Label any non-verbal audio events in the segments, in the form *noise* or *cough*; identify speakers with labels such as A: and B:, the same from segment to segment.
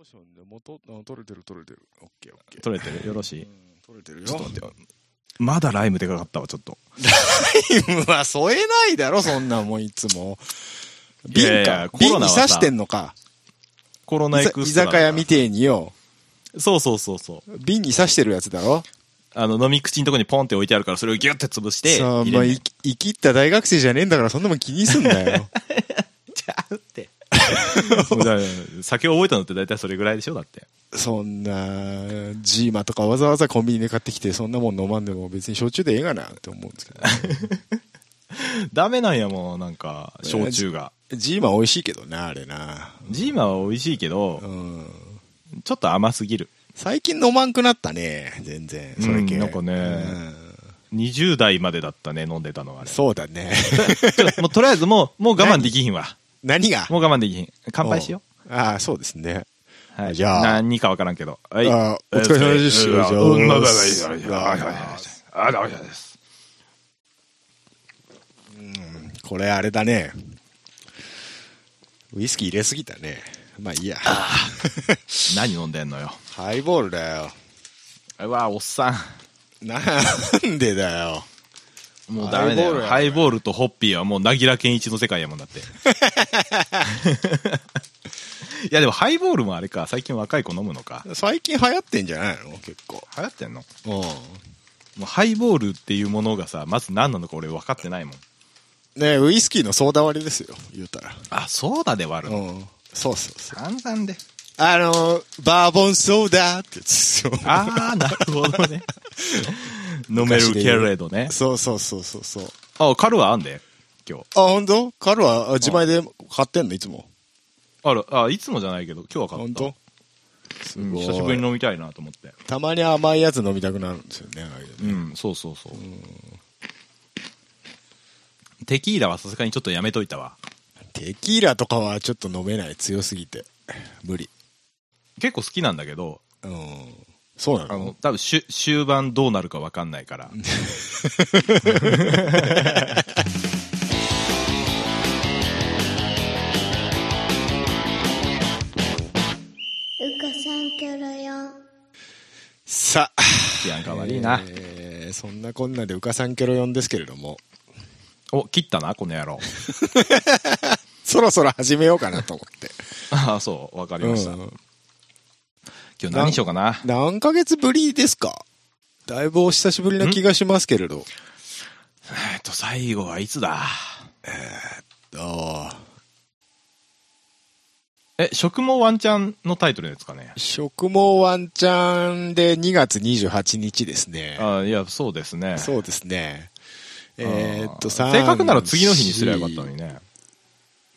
A: ーションで元、あ取れてる取れてる。オッケーオッケー。
B: 取れてるよろしい
A: うん取れてるよ。
B: ちょっと待ってよまだライムでかかったわちょっと
A: ラ *laughs* イムは添えないだろ、そんなもんいつも。
B: い
A: 瓶
B: やいや
A: か。
B: コロ
A: 瓶
B: ナ
A: に
B: はさ
A: 刺してんのか。
B: コロナエク
A: 居
B: ストラ
A: 酒屋みてえによ。
B: そうそうそうそう
A: 瓶に刺してるやつだろ。
B: あの飲み口のとこにポンって置いてあるからそれをギュッて潰して
A: さあ、
B: 入
A: まあ、
B: れる
A: い生きった大学生じゃねえんだから、そんなもん気にすんなよ。 *laughs*
B: ちゃうって *laughs* もうだから酒を覚えたのって大体それぐらいでしょだって
A: そんな、ジーマとかわざわざコンビニで買ってきて、そんなもん飲まんでも別に焼酎でええがなって思うんですけど、 *laughs*
B: ダメなんやもうなんか焼酎が
A: ジーマ美味しいけどな、あれな。
B: ジーマは美味しいけど
A: うん。
B: ちょっと甘すぎる
A: 最近飲まんくなったね、全然。それ系。
B: うんなんかね
A: うん
B: 20代までだったね飲んでたのはね
A: そうだね。
B: *laughs*
A: *laughs*
B: ちょっともうとりあえずもうもう我慢できひんわ
A: 何が
B: もう我慢できひん乾杯しよ
A: うん。ああ、そうですね。
B: う、はい、
A: じゃあ
B: 何かわからんけどはい
A: あお疲れ様でした
B: うわ
A: じゃあ
B: うんうんうんうんうんうんうん
A: これあれだね。ウイスキー入れすぎたね。まあいいや。
B: 何飲んでんのよ
A: ハイボールだよ。
B: うわおっさ
A: なんでだよ。
B: んもうダメだよハイボール
A: ハイ
B: ボールとホッピーはもうなぎら健一の世界やもん *laughs* だっていやでもハイボールもあれか最近若い子飲むのか
A: 最近流行ってんじゃないの結構。
B: 流行ってんの
A: う
B: もうハイボールっていうものがさまず何なのか俺分かってないもん
A: ん。ねウイスキーのソーダ割りですよ。言うたら。
B: あソーダで割る
A: う
B: の
A: ん。そうそうそう。
B: 散々で
A: あの、バーボンソーダってやつですよ。
B: ああなるほど *laughs* ね飲めるけれどね
A: そうそうそうそうそう。
B: あカルはあんで今日
A: あ、本当？カルはあ自前で買ってんのいつも。
B: あるあいつもじゃないけど今日は買った
A: 本当す
B: うん
A: ごい
B: 久しぶりに飲みたいなと思って
A: たまに甘いやつ飲みたくなるんですよね、ああいう
B: う
A: のね
B: んそうそうそうテキーラはさすがにちょっとやめといたわ
A: テキーラとかはちょっと飲めない。強すぎて。無理。
B: 結構好きなんだけど
A: うん。そうな
B: あ
A: の
B: の多分し終盤どうなるか分かんないから
C: うかさんキョロよん。
A: さあ。
B: 治安が悪いな、
A: えーそんなこんなでうかさんキョロ4ですけれども、
B: お切ったなこの野郎 *laughs*
A: そろそろ始めようかなと思って。
B: ああそう分かりました、
A: うん
B: 今日何しようかな
A: 何ヶ月ぶりですかだいぶお久しぶりな気がしますけれど。
B: えっと最後はいつだ
A: ああ。
B: え食もワンチャンのタイトルですかね
A: 食もワンチャンで2月28日ですね。
B: ああいやそうですね
A: そうですね。えーっと、
B: 正
A: 三
B: 確なら次の日にすればよかったのに。ね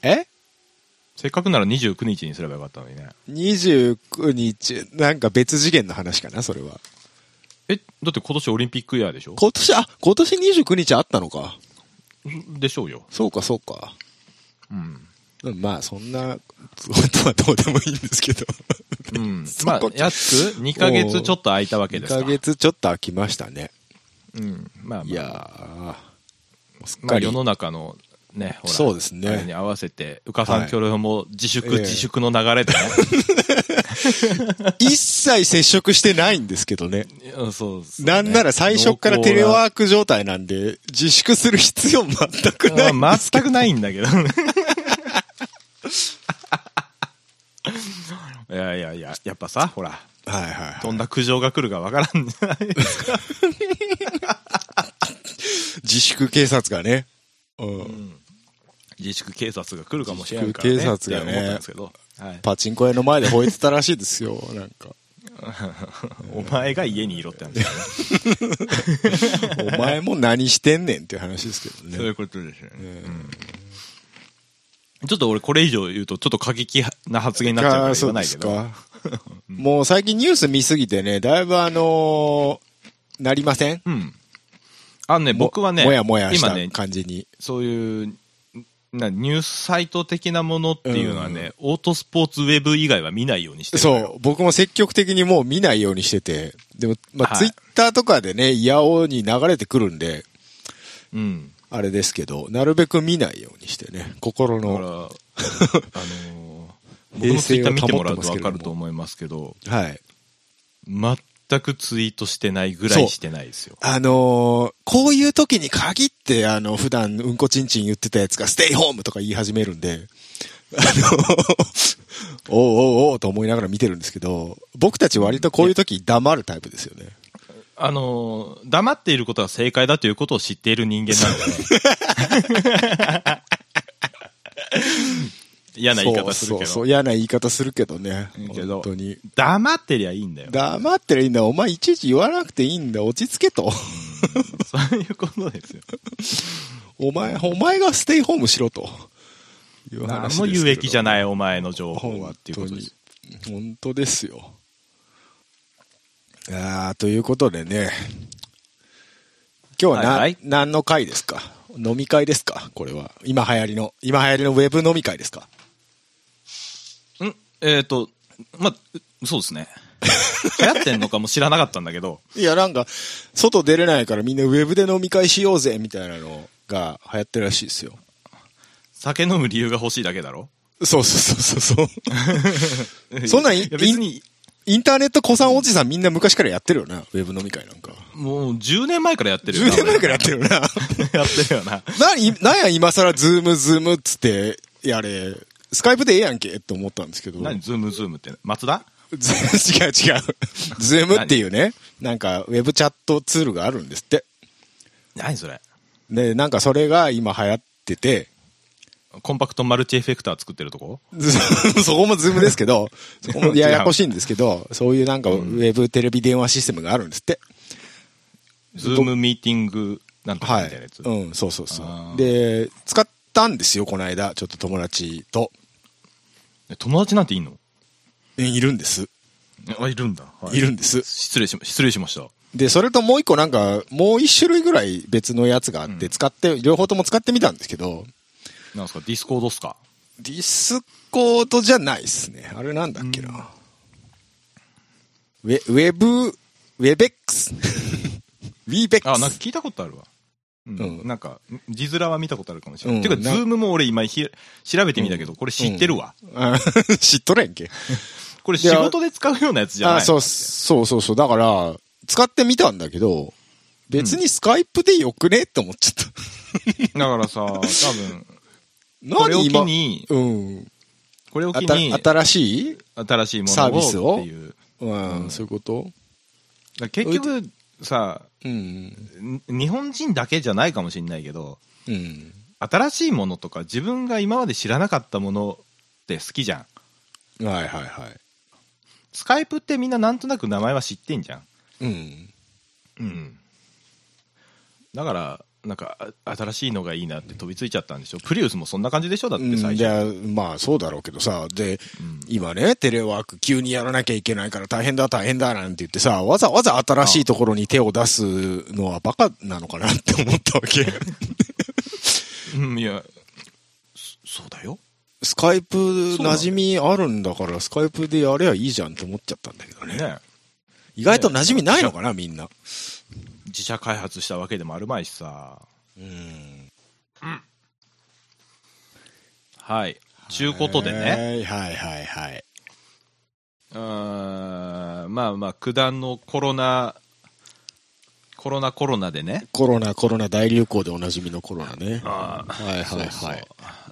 A: え
B: せっかくなら29日にすればよかったのにね
A: ?29 日、なんか別次元の話かな、それは。
B: えだって今年オリンピックイヤーでしょ
A: 今年、あ、今年29日あったのか。
B: でしょうよ
A: そうか、そうか。
B: うん、
A: うんまあ、そんな、 *laughs* ことはどうでもいいんですけど。 *laughs*
B: うん、
A: そ
B: ま
A: こ
B: あ約2ヶ月ちょっと空いたわけ
A: 2
B: ですか
A: ヶ月ちょっと空きましたね。
B: うん、まあまあ
A: いやー、もうすっ
B: ま
A: か
B: あ、
A: り。
B: 世の中のねほら
A: そうですね
B: あれに合わせてうかさ
A: は
B: ん
A: い
B: 協力も自粛、
A: ええ
B: 自粛の流れでね
A: *laughs* *laughs* 一切接触してないんですけどね。
B: いやそうそうね
A: なんなら最初からテレワーク状態なんで、自粛する必要全くない。
B: まあ全くないん
A: *laughs*
B: だけどいやいやいややっぱさほら
A: はいはいはい。
B: どんな苦情が来るかわからんじゃないですか
A: 自粛警察がね。うん。
B: 自粛警察が来るかもしれないから、ね、
A: 自粛警察がね
B: って思ったんですけど、はい、
A: パチンコ屋の前で吠えてたらしいですよ、なんか。
B: お前が家にいろって話だね
A: お前も何してんねんっていう話ですけど
B: そうい
A: ね。
B: うことですよね、うんちょっと俺これ以上言うとちょっと過激な発言になっちゃうから言わないけど
A: か。
B: *laughs*
A: もう最近ニュース見すぎてね、だいぶあのーなりません
B: うんあのね僕はね
A: ももやもやし
B: 今
A: た
B: ね
A: 感じに。
B: そういうんなニュースサイト的なものっていうのはね、オートスポーツウェブ以外は見ないようにしてるのよ
A: そう、僕も積極的にもう見ないようにしてて、でも、まあ、
B: はい
A: ツイッターとかでね、いやおうに流れてくるんで、
B: う、ん、
A: あれ *laughs* ですけど、なるべく見ないようにしてね、心
B: だから
A: の、
B: あのー僕の
A: 平
B: ツ
A: 静
B: イッ
A: を
B: ター見て
A: 保
B: も
A: っ
B: ら
A: て
B: う
A: ま
B: と
A: すけれども
B: 分かると思いますけど、
A: はい。
B: 全くツイートしてないぐらいしてないですよ。
A: あのーこういう時に限って、あの、普段うんこちんちん言ってたやつが、ステイホームとか言い始めるんで、あの *laughs* おうおうおうと思いながら見てるんですけど、僕たち割とこういう時黙るタイプですよね。
B: あのー、黙っていることが正解だということを知っている人間なんでね。 *laughs* 嫌な言い方する
A: そうそ
B: け
A: うそ
B: ど
A: う、。嫌な言い方するけどね。
B: いいけど
A: 本当に。
B: 黙ってりゃいいんだよ。
A: 黙ってりゃいいんだ。お前いちいち言わなくていいんだ。落ち着けと。
B: そういうことですよ。
A: お前、お前がステイホームしろと。いう話で
B: 何
A: す
B: も
A: けど
B: 有益じゃないお前の情報
A: 本
B: は
A: は
B: っていうことです。
A: 本当に本当ですよ。あーということでね、今日はな、
B: はいはい
A: 何の会ですか飲み会ですかこれは。今流行りの、今流行りのウェブ飲み会ですか
B: んえっ、と、まあ、そうですね。流行ってんのかも知らなかったんだけ *laughs* ど、
A: いや、なんか、外出れないからみんなウェブで飲み会しようぜみたいなのが流行ってるらしいですよ。
B: 酒飲む理由が欲しいだけだろ
A: そうそうそうそうそう。そんなんい
B: いや別に、
A: インターネット子さんおじさんみんな昔からやってるよな、ウェブ飲み会なんか。
B: もう10年前からやってるよ
A: 10
B: な。
A: *laughs* 年前からやってるよな。
B: *laughs* やってるよな。
A: 何、なんや今更ズームズームっつって、やれ、スカイプでええやんけって思ったんですけど。 *laughs*
B: 何、ズームズームって。松田
A: ズ違う違う。ズームっていうね、なんかウェブチャットツールがあるんですって。
B: 何それ
A: で、なんかそれが今流行ってて、 *laughs*
B: コンパクトマルチエフェクター作ってるとこ
A: ズそこもズームですけど、そこもややこしいんですけど、そういうなんかウェブテレビ電話システムがあるんですって。
B: ズームミーティングなんとか
A: は
B: み
A: い
B: たいなやつ。。
A: うん、そうそうそ
B: あ
A: う。
B: ー
A: で、使ったんですよ、この間、ちょっと友達と。
B: え友達なんていいの
A: えいるんです。
B: えあ、いるんだ。はい
A: るんです。
B: 失礼しま、失礼しました。
A: で、それともう一個なんか、もう一種類ぐらい別のやつがあって、使って、両方とも使ってみたんですけど、
B: なんすか、ディスコードっすか
A: ディスコードじゃないっすね。あれなんだっけな。ウェ、ウェブ、ウェベック
B: *laughs*
A: ス。ウィーベッ
B: あ、な
A: ク
B: んか
A: ス。
B: 聞いたことあるわ。うん。
A: うん
B: なんか、字面は見たことあるかもしれない。
A: うん
B: てか、ズ
A: な
B: ームも俺今ひ、調べてみたけど、これ知ってるわ。
A: あ *laughs* 知っとれんけ。
B: これ仕事で使うようなやつじゃない
A: あそう、そうそうそう。だから、使ってみたんだけど、別にスカイプでよくねって思っちゃった。
B: だからさ、多分、 *laughs* これを
A: *laughs* 何
B: 機
A: 今、
B: に、
A: うん。
B: これを機
A: あた
B: に、
A: 新しい
B: 新しいも
A: サービス
B: のを
A: を
B: っていう。
A: うん、
B: うん
A: そういうこと
B: だから結局さ、
A: うん。
B: に日本人だけじゃないかもしれないけど、
A: うん。
B: 新しいものとか自分が今まで知らなかったものって好きじゃん。
A: はいはいはい。
B: スカイプってみんななんとなく名前は知ってんじゃん。
A: うん。
B: うん。だから、なんか、あ新しいのがいいなって飛びついちゃったんでしょ。プリウスもそんな感じでしょだって最
A: い
B: 初。
A: や、まあそうだろうけどさ、で、
B: うん
A: 今ね、テレワーク急にやらなきゃいけないから大変だ大変だなんて言ってさ、わざわざ新しいところに手を出すのはバカなのかなって思ったわ
B: *laughs*
A: け。
B: うん、いや、そそうだよ。
A: スカイプ
B: そうなんだよ
A: 馴染みあるんだから、スカイプでやればいいじゃんって思っちゃったんだけどね。
B: ね。
A: 意外と馴染みないのかな、みんな。
B: 自社開発したわけでもあるまいしさ。
A: うん。
B: はい。ちゅうことでね。
A: はいはいはいはい。
B: あーまあまあ、九段のコロナ、コロナコロナでね。
A: コロナ、コロナ大流行でおなじみのコロナね。
B: あ
A: はいはいはい。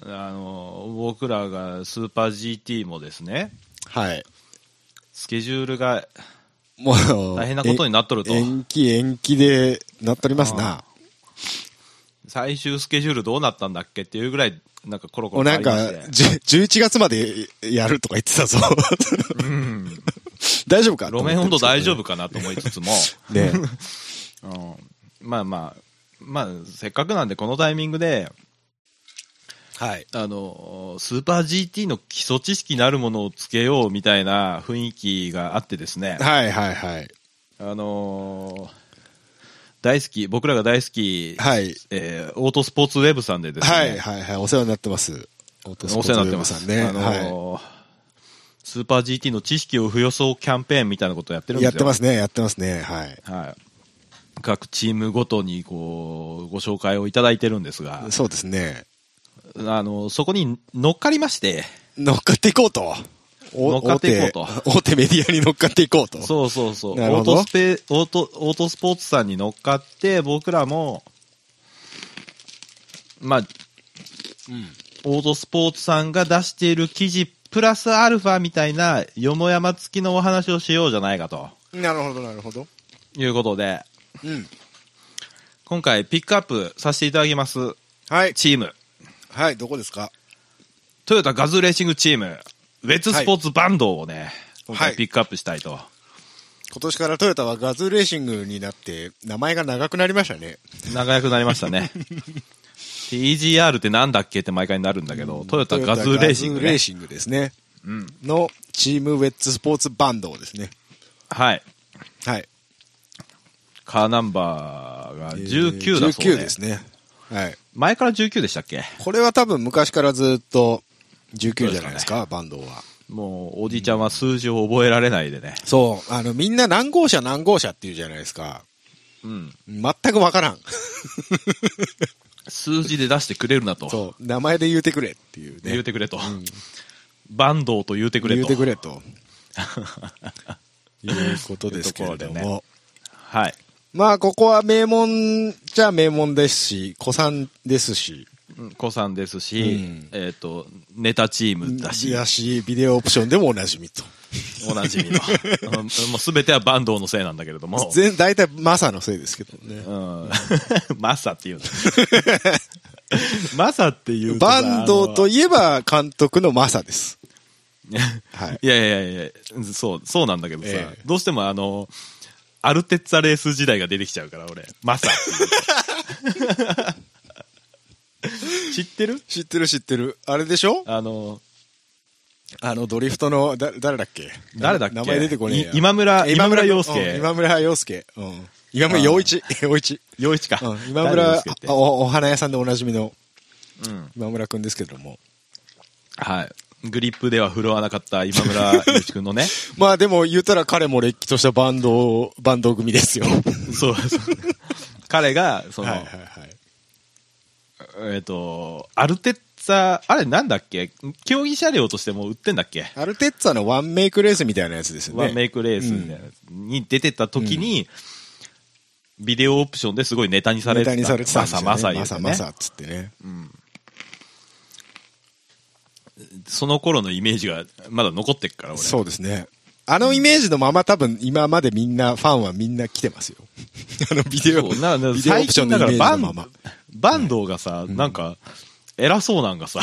B: あの、僕らがスーパー GT もですね、
A: はい。
B: スケジュールが
A: もう、
B: 大変なことになっとると。
A: 延期延期でなっとりますな。
B: 最終スケジュールどうなったんだっけっていうぐらい、なんかコロコ
A: もう
B: ロ
A: な
B: 変
A: ん
B: わりま
A: か
B: して、
A: じゅ11月までやるとか言ってたぞ。
B: うん
A: 大丈夫か
B: 路面温度大丈
A: 夫
B: 夫かなと思いつつも、
A: ね。
B: うんまあまあ、まあ、せっかくなんでこのタイミングで、
A: はい。
B: あの、スーパー GT の基礎知識なるものをつけようみたいな雰囲気があってですね、
A: はいはいはい。
B: あのー大好き、僕らが大好き、
A: はい。
B: えーオートスポーツウェブさんでですね、
A: はいはいはい。お世話になってます。お
B: お世話になってます。
A: ね。
B: あのースーパー GT の知識を付与そうキャンペーンみたいなことをやって
A: は
B: るん
A: い。
B: です
A: や
B: よ。
A: ってますね、やってますね。はい。
B: はい。各チームごとにこうご紹介をいただいてるんですが、
A: そうですね。
B: あのそこに乗っかりまして、
A: 乗っかっていこうと。お
B: 乗っかっていこうと
A: 大手大手メディアに乗っかっていこうと。 *laughs*
B: そうそうそう。オ
A: なるほ
B: ー
A: ど
B: トスペ、オート、オートスポーツさんに乗っかって、僕らも、まあ、オートスポーツさんが出している記事、プラスアルファみたいな、よもやま付きのお話をしようじゃないかと、
A: なるほど、なるほど。
B: いうことで、
A: うん。
B: 今回ピックアップさせていただきます、
A: はい。
B: チーム。
A: はい、どこですか
B: トヨタガズーレーシングチーム、ウェッツスポーツバンドをね、今
A: は
B: 回
A: い
B: ピックアップしたいと。
A: 今年からトヨタはガズーレーシングになって、名前が長くなりましたね。
B: 長くなりましたね。TGR ってなんだっけって毎回なるんだけど、トヨタガズーレーシング、
A: ガズーレ
B: ね
A: ー。シングですね。のチームウェッツスポーツバンドですね。
B: はい。
A: はい。
B: カーナンバーが
A: えー
B: 19だそうね。
A: 19ですね。はい。
B: 前から19でしたっけ
A: これは多分昔からずっと19じゃないですか、バンドは。
B: もう、おじいちゃんは数字を覚えられないでね。
A: そう。あの、みんな何号車何号車って言うじゃないですか。
B: うん。
A: 全くわ
B: *laughs*
A: からん。
B: 数字で出してくれるなと。
A: そう。名前で言うてくれっていうね。
B: 言うてくれと。バンドと言うてくれと。
A: 言うてくれと。
B: *laughs*
A: いうことですけれど
B: いうところで
A: も。
B: はい。
A: まあ、ここは名門じゃ名門ですし、古参ですし、
B: うん子さんですし、
A: うん
B: えっ、と、ネタチームだし、
A: だし、ビデオオプションでもおなじみと。
B: おなじ
A: *laughs*
B: みの。うんもう全てはバンドのせいなんだけれども。
A: 全、大体マサのせいですけどね。
B: うん、マサっていう
A: *laughs*
B: の。マサっていうとさ
A: バンドと
B: あ
A: いえば監督のマサです。
B: の
A: はい。
B: いやいやいやいや、そう、そうなんだけどさ、
A: ええ
B: どうしてもあの、アルテッツァレース時代が出てきちゃうから、俺。マサっていう *laughs* 知ってる
A: 知ってる知ってる。あれでしょ
B: あの、
A: あの、ドリフトの、だ、誰だっけ
B: 誰だっけ
A: 名前出てこねえや
B: い今村今村
A: 君
B: 陽介
A: うん今村洋介。うん。今村洋一。洋一。
B: 洋一か
A: うん。今
B: *laughs* 誰で
A: 村
B: すっけって、
A: お、お花屋さんでおなじみの
B: うん
A: 今村くんですけども。
B: はい。グリップでは振るわなかった今村洋一くん
A: *laughs*
B: のね。
A: まあでも言うたら彼もれっきとしたバンド、バンド組ですよ。
B: そうそう。彼が、その、
A: はいはいはい。
B: えっ、と、アルテッツァ、あれなんだっけ競技車両としても売ってんだっけ、
A: アルテッツァのワンメイクレースみたいなやつですよね。
B: ワンメイクレースみたいなやつに出てた時に、ビデオオプションですごいネタにさ
A: ネ
B: れてた。
A: タにされてたんですよね。
B: まさまさ言
A: ま
B: うて
A: さ
B: ね
A: まさっつってね。
B: その頃のイメージがまだ残ってっから、俺。
A: そうですね。あのイメージのまま多分今までみんな、ファンはみんな来てますよ。 *laughs* あのビデオ、
B: そうなな
A: ビデオオプションのイメージのまま
B: 最近。だからバンバンドがさ、なんか、偉そうなんがさ、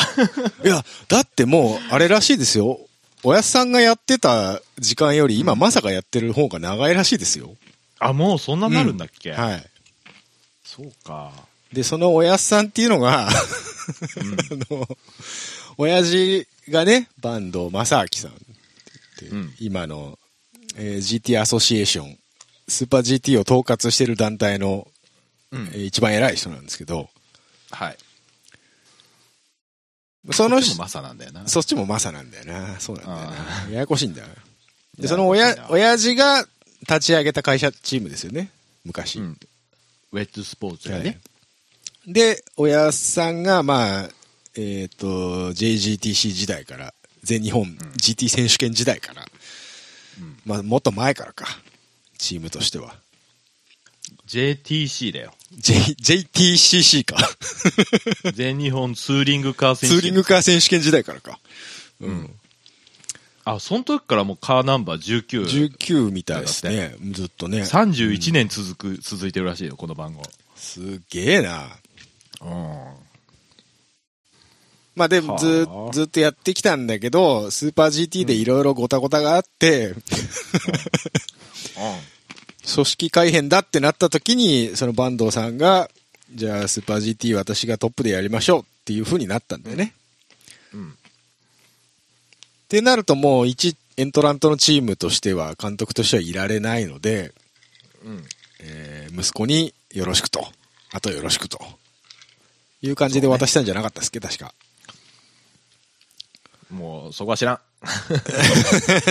A: いや、だってもう、あれらしいですよ。おやすさんがやってた時間より今まさかやってる方が長いらしいですよ。
B: *laughs* あ、もうそんななるんだっけ、
A: はい。
B: そうか。
A: で、そのおやっさんっていうのが、 *laughs* あの、親父がね、バンド、正明さんって言って
B: うん
A: 今の、えー GT アソシエーション、スーパー GT を統括してる団体の、
B: うん
A: えー一番偉い人なんですけど、
B: はい。
A: その
B: こっち
A: 人
B: も、マサなんだよな。
A: そっちもマサなんだよな。そうなんだよ
B: あ
A: な。ややこしいんだよ。で、
B: や
A: その親
B: やや、こしい
A: 親父が立ち上げた会社チームですよね。昔。
B: うんウェットスポーツが
A: はい
B: ね。
A: で、親さんが、まあ、えっ、と、JGTC 時代から、全日本 GT 選手権時代から、まあ、もっと前からか、チームとしては。
B: JTC だよ。
A: J、JTCC か。
B: 全日本ツーリングカー選
A: ツ
B: 手
A: ー
B: 権
A: リングカー選手権時代からか。
B: あその時からもうカーナンバー19
A: 19みたいですね。ずっとね。
B: 31年続く、続いてるらしいよこの番号
A: すげえな。
B: うん
A: まあで
B: は
A: も
B: あ
A: ず、ずっとやってきたんだけど、スーパー GT でいろいろごたごたがあって、組織改編だってなった時に、その坂東さんが、じゃあスーパー GT 私がトップでやりましょうっていう風になったんだよね。
B: うん
A: ってなるともう一エントラントのチームとしては、監督としてはいられないので、
B: うん
A: えー息子によろしくと、あとよろしくと、いう感じで渡したんじゃなかったっすっけ、確か。 *laughs*
B: もうそこは知らん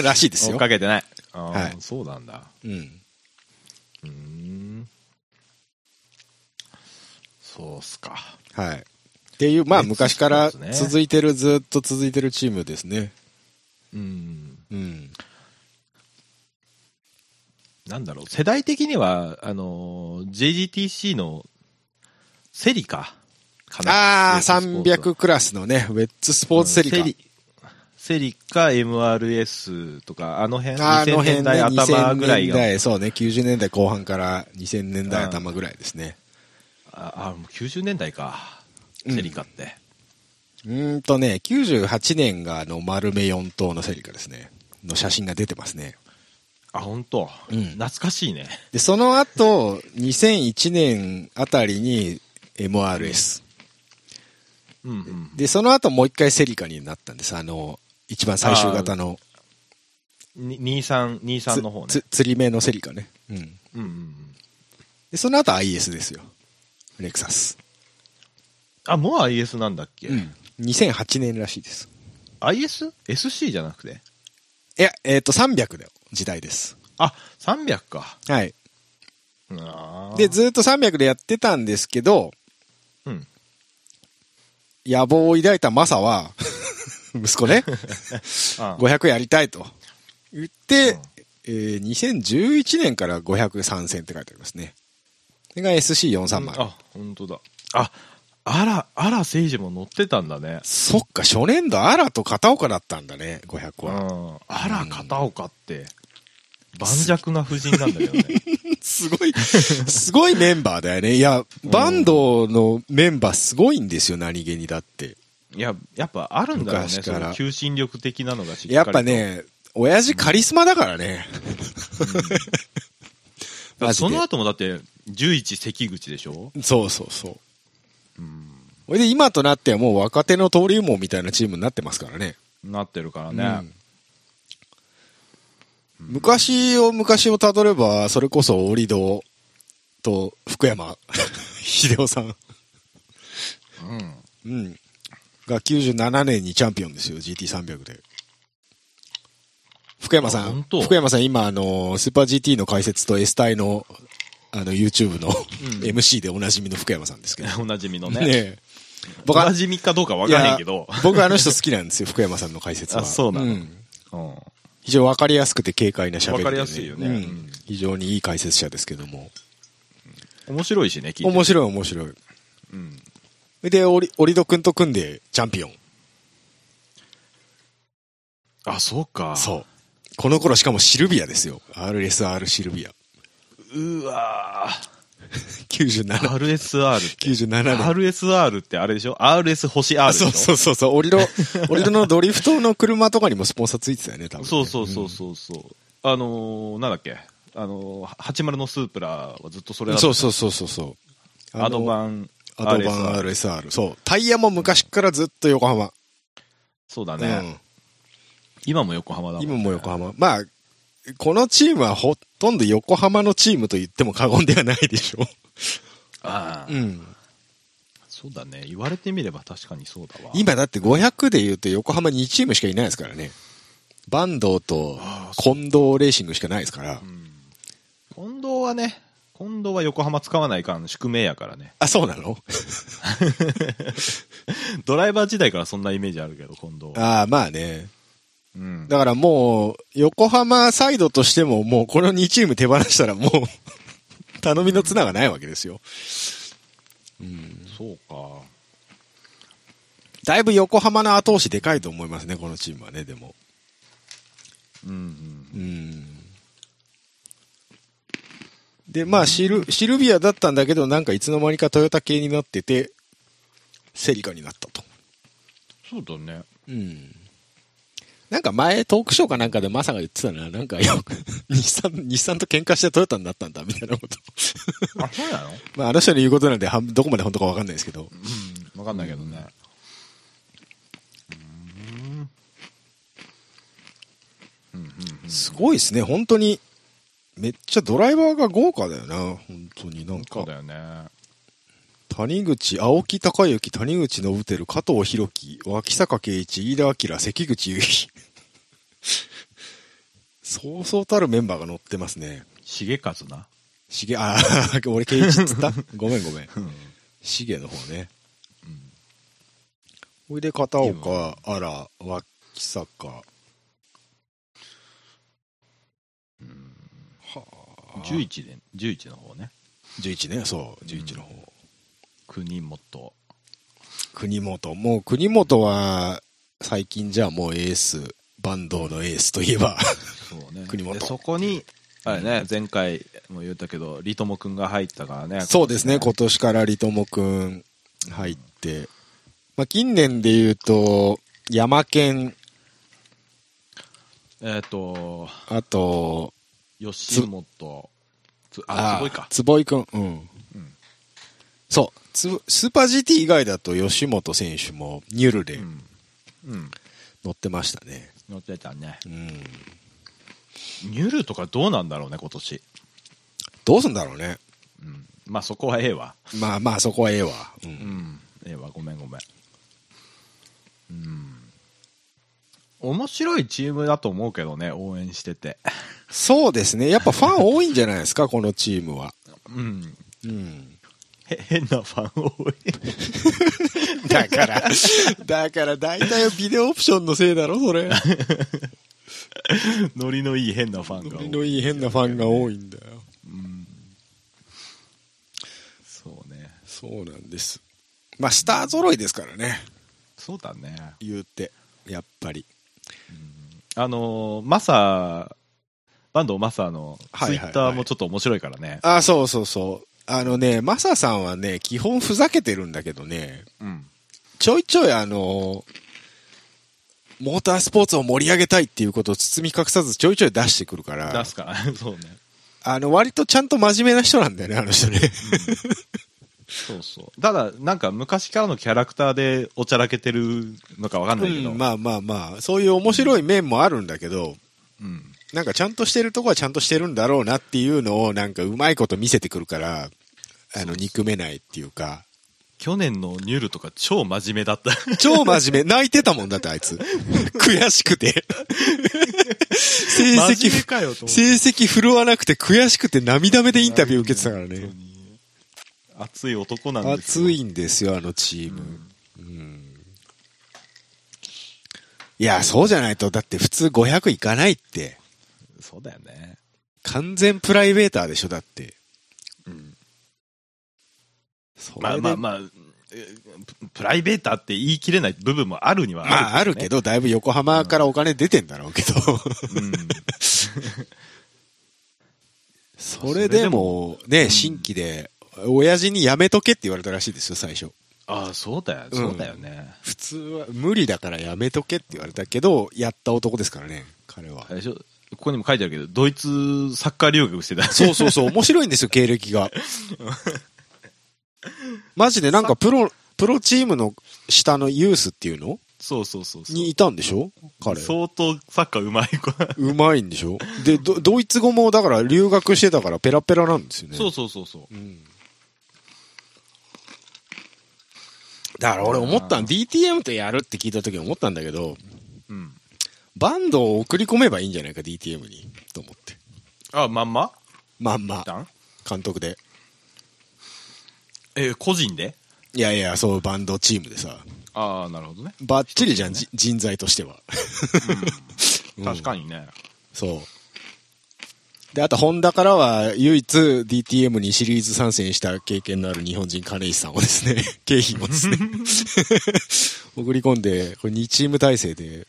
A: らしいです
B: 追っ
A: よ。
B: かけてないあー
A: はい
B: そうなんだ
A: うん。
B: うーんそうっすか
A: はい。っていう、まあ
B: 別
A: 昔から
B: スポーツね
A: 続いてる、ずっと続いてるチームですね。
B: うん。
A: うん。
B: なんだろう、世代的には、あのー JGTC のセリカかな。
A: ああ、300クラスのね、ウェッツスポーツセリカ。
B: セリセリカ、MRS とか、あの辺、
A: あの
B: 2000
A: 辺
B: 年代
A: ね、
B: 頭ぐらい
A: 2000年
B: が。
A: 代、そうね、90年代後半から2000年代頭ぐらいですね。
B: ああ、もう90年代か。
A: うん
B: セリカって。
A: うーんとね、98年があの丸目4等のセリカですね。の写真が出てますね。
B: あ、本当、
A: うん
B: 懐かしいね。
A: で、その後、2001年あたりに MRS。
B: うんうん。
A: で、その後もう一回セリカになったんです。あの、一番最終型の
B: に23、23の方ね
A: つ。釣り目のセリカね。うん。
B: うんうんうん。
A: で、その後 IS ですよ。レクサス。
B: あ、もう IS なんだっけ、
A: うん。2008年らしいです。
B: ?IS?SC じゃなくて。
A: いや、えっ、と、300の時代です。
B: あ、300か。
A: はい。
B: うんあー
A: で、ずーっと300でやってたんですけど、
B: うん。
A: 野望を抱いたマサは、 *laughs* 息子
B: *laughs*
A: ね、
B: あー
A: 500やりたいと言って、
B: うん
A: えー2011年から500参戦って書いてありますね。それが
B: うん
A: SC430。
B: あ、本当だ。あ、あら、あら、政治も乗ってたんだね。
A: そっか、初年度アラと片岡だったんだね、500
B: うん。
A: は。
B: あら、片岡って、盤石な夫人なんだけどね。
A: *laughs* すごい、すごいメンバーだよね。いや、バンドのメンバーすごいんですよ、何気にだって。
B: いや、やっぱあるんだろうね。
A: 昔
B: そ
A: から
B: の求心力的なのがしっかりと
A: やっぱ、ね、親父カリスマだからね。
B: だから
A: マジで
B: その後もだって、11関口でしょ
A: そうそうそう。
B: うん。
A: それで今となってはもう若手の登竜門みたいなチームになってますからね。
B: なってるからね。
A: うん昔を昔をたどれば、それこそ折戸と福山 *laughs* 秀夫さん、
B: うん。 *laughs*
A: うん、が97年にチャンピオンですよ、GT300 で。福山さ
B: あ本
A: ん、
B: 当
A: 福山さん今、あの、スーパー GT の解説と S 隊の、あの、YouTube の MC でおなじみの福山さんですけど。
B: おなじみの
A: ね
B: ね。
A: え
B: お
A: 僕は
B: なじみかどうかわからへんけど
A: い。や僕あの人好きなんですよ、福山さんの解説は。
B: *laughs* あそうなの
A: ん
B: うん。
A: 非常に分かりやすくて軽快な喋りで、
B: 分かりやすいよね
A: うん
B: うん
A: 非常にいい解説者ですけども。
B: 面白いしね、聞いてて
A: 面白い面白い。
B: うん。
A: で、オリ、オリド君と組んでチャンピオン。
B: あ、そうか。
A: そう。この頃しかもシルビアですよ。RSR シルビア。
B: うわー *laughs*
A: 97、 *laughs*
B: RSR って。
A: 97年。
B: RSR ってあれでしょ ?RS 星 R
A: あ
B: でし
A: そ
B: ょ
A: うそうそうそう、オリド、オリドのドリフトの車とかにもスポンサーついてたよね、多分ね、
B: そうそうそううんそうそう。あのー、なんだっけあのー、80のスープラはずっとそれだった
A: そうそうそうそうそう。あの
B: アドバン、
A: アドバン
B: RSR。
A: RSR。そう。タイヤも昔からずっと横浜。
B: そうだ
A: う
B: ね。
A: ん。
B: 今も横浜だもんね
A: 今も横浜。まあ、このチームはほとんど横浜のチームと言っても過言ではないでしょ
B: ああ、
A: う。ん。
B: そうだね。言われてみれば確かにそうだわ。
A: 今だって500で言うと横浜2チームしかいないですからね。坂東と
B: ああ
A: 近藤レーシングしかないですから
B: う。ん近藤はね、近藤は横浜使わないかん宿命やからね。 *laughs*
A: あ、そうなの *laughs*
B: ドライバー時代からそんなイメージあるけど、近藤は。
A: ああ、まあね。
B: うん。
A: だからもう、横浜サイドとしてももうこの2チーム手放したらもう、 *laughs* 頼みの綱がないわけですよ。
B: そうか。
A: だいぶ横浜の後押しでかいと思いますね、このチームはね、でも。
B: うんうん。
A: で、まあシル、シルビアだったんだけど、なんかいつの間にかトヨタ系になってて、セリカになったと。
B: そうだね。
A: うん。なんか前、トークショーかなんかでマサが言ってたな、なんかよく、 *laughs* 日産、日産と喧嘩してトヨタになったんだ、みたいなこと。 *laughs*
B: あ、そうなの
A: まあ、あの人の言うことなんで、はんどこまで本当かわかんないですけど。
B: うん。わかんないけどね。
A: すごいですね、本当に。めっちゃドライバーが豪華だよな、本当になん
B: そ
A: か
B: うだ。よね。
A: 谷口、青木隆之、谷口信輝、加藤博樹、脇坂圭一、飯田明、関口優衣。 *laughs* そうそうたるメンバーが乗ってますね。
B: 重和な。
A: しげ、あ *laughs* ー俺圭一っつったごめんごめん。しげの方ね。ほいで、片岡、あら、脇坂、
B: 11で、11の方ね。
A: 11ね、そう、11の方。
B: 国元。
A: 国本。もう国本は、最近じゃあもうエース、バンドのエースといえ *laughs* ば。
B: そうね。
A: 国元
B: でそこに、あれね、前回も言ったけど、リトモくんが入ったからね。
A: そうですね、
B: こ
A: 今年からリトモくん入って。まあ、近年で言うと、山県、
B: えっ、と、
A: あと、
B: 吉本、つあ、すごいか。
A: 坪井くん。うん。
B: うん
A: そう。つスーパー GT 以外だと吉本選手もニュルで
B: うん。うん。
A: 乗ってましたね。
B: 乗ってたね。
A: うん。
B: ニュルとかどうなんだろうね、今年。
A: どうすんだろうね。
B: うん。まあそこはええわ。
A: まあまあ、そこはええわ。うん
B: うん。ええわ、ごめんごめん。うん。面白いチームだと思うけどね、応援してて。
A: そうですね。やっぱファン多いんじゃない *laughs* ですか、このチームは。
B: うん。
A: うん。
B: へ変なファン多い。
A: *laughs* だから、 *laughs* だから大体はビデオオプションのせいだろ、それ。
B: ノリのいい変なファンが
A: ノ
B: 多い。
A: リのいい変なファンが多いんだよ。
B: そうね。
A: そうなんです。まあ、スター揃いですからね、
B: そうだね。
A: 言うて、やっぱり。
B: あのー、マサ、バンドマサの
A: はいはい
B: ツイ
A: はい
B: ッターもちょっと面白いからね。
A: あ、そうそうそう。あのね、マサさんはね、基本ふざけてるんだけどね、
B: うん。
A: ちょいちょいあの、モータースポーツを盛り上げたいっていうことを包み隠さずちょいちょい出してくるから。
B: 出すから *laughs* ね。そうね。
A: あの、割とちゃんと真面目な人なんだ
B: *laughs*
A: よね、あの人ね。
B: そうそう。ただ、なんか昔からのキャラクターでおちゃらけてるのかわかんないけど。
A: うんまあまあまあ、そういう面白い面もあるんだけど、
B: うん。
A: なんかちゃんとしてるとこはちゃんとしてるんだろうなっていうのを、なんかうまいこと見せてくるから、あの、憎めないっていうか、
B: 去年のニュールとか超真面目だ
A: *laughs*
B: った。
A: 超真面目、泣いてたもんだってあいつ。悔しくて。成績
B: 真面目かよと思って
A: 成績振るわなくて悔しくて涙目でインタビュー受けてたからね
B: 本当。に熱い男なんですよ
A: 熱いんですよ、あのチーム。うんいや、そうじゃないと、だって普通500いかないって。
B: そうだよね。
A: 完全プライベーターでしょ、だって。
B: うん。
A: それ
B: まあ
A: で
B: まあまあ、えププライベーターって言い切れない部分もあるには
A: まああるけど、だいぶ横浜からお金出てんだろうけど。
B: ど。うん
A: それでも、ね、新規で、親父にやめとけって言われたらしいですよ、最初。
B: ああ、そうだよ、そうだよね。
A: 普通は無理だからやめとけって言われたけど、やった男ですからね、彼は
B: あ。れでしょここにも書いてあるけど、ドイツサッカー留学してた。 *laughs*
A: そうそうそう、面白いん *laughs* ですよ、経歴が。マジでなんかプロ、プロチームの下のユースっていうの
B: そうそうそうそう。
A: にいたんでしょ彼。
B: 相当サッカーうまい子。
A: うまいんでしょで、どドイツ語もだから留学してたからペラペラなんですよね。
B: そうそうそうそう。
A: うんだから俺思ったん DTM とやるって聞いた時思ったんだけど、
B: うん。
A: バンドを送り込めばいいんじゃないか DTM に、と思って。
B: あ、まんま
A: まんま、
B: だん
A: 監督で。
B: えー、個人で
A: いやいや、そうバンドチームでさ、
B: ああ、なるほどね。
A: バッチリじゃん、じ人材としては。 *laughs* うん
B: 確かにね。
A: そう。で、あと、ホンダからは、唯一 DTM にシリーズ参戦した経験のある日本人金石さんをですね、 *laughs* 経費もですね、送り込んで、これ2チーム体制で、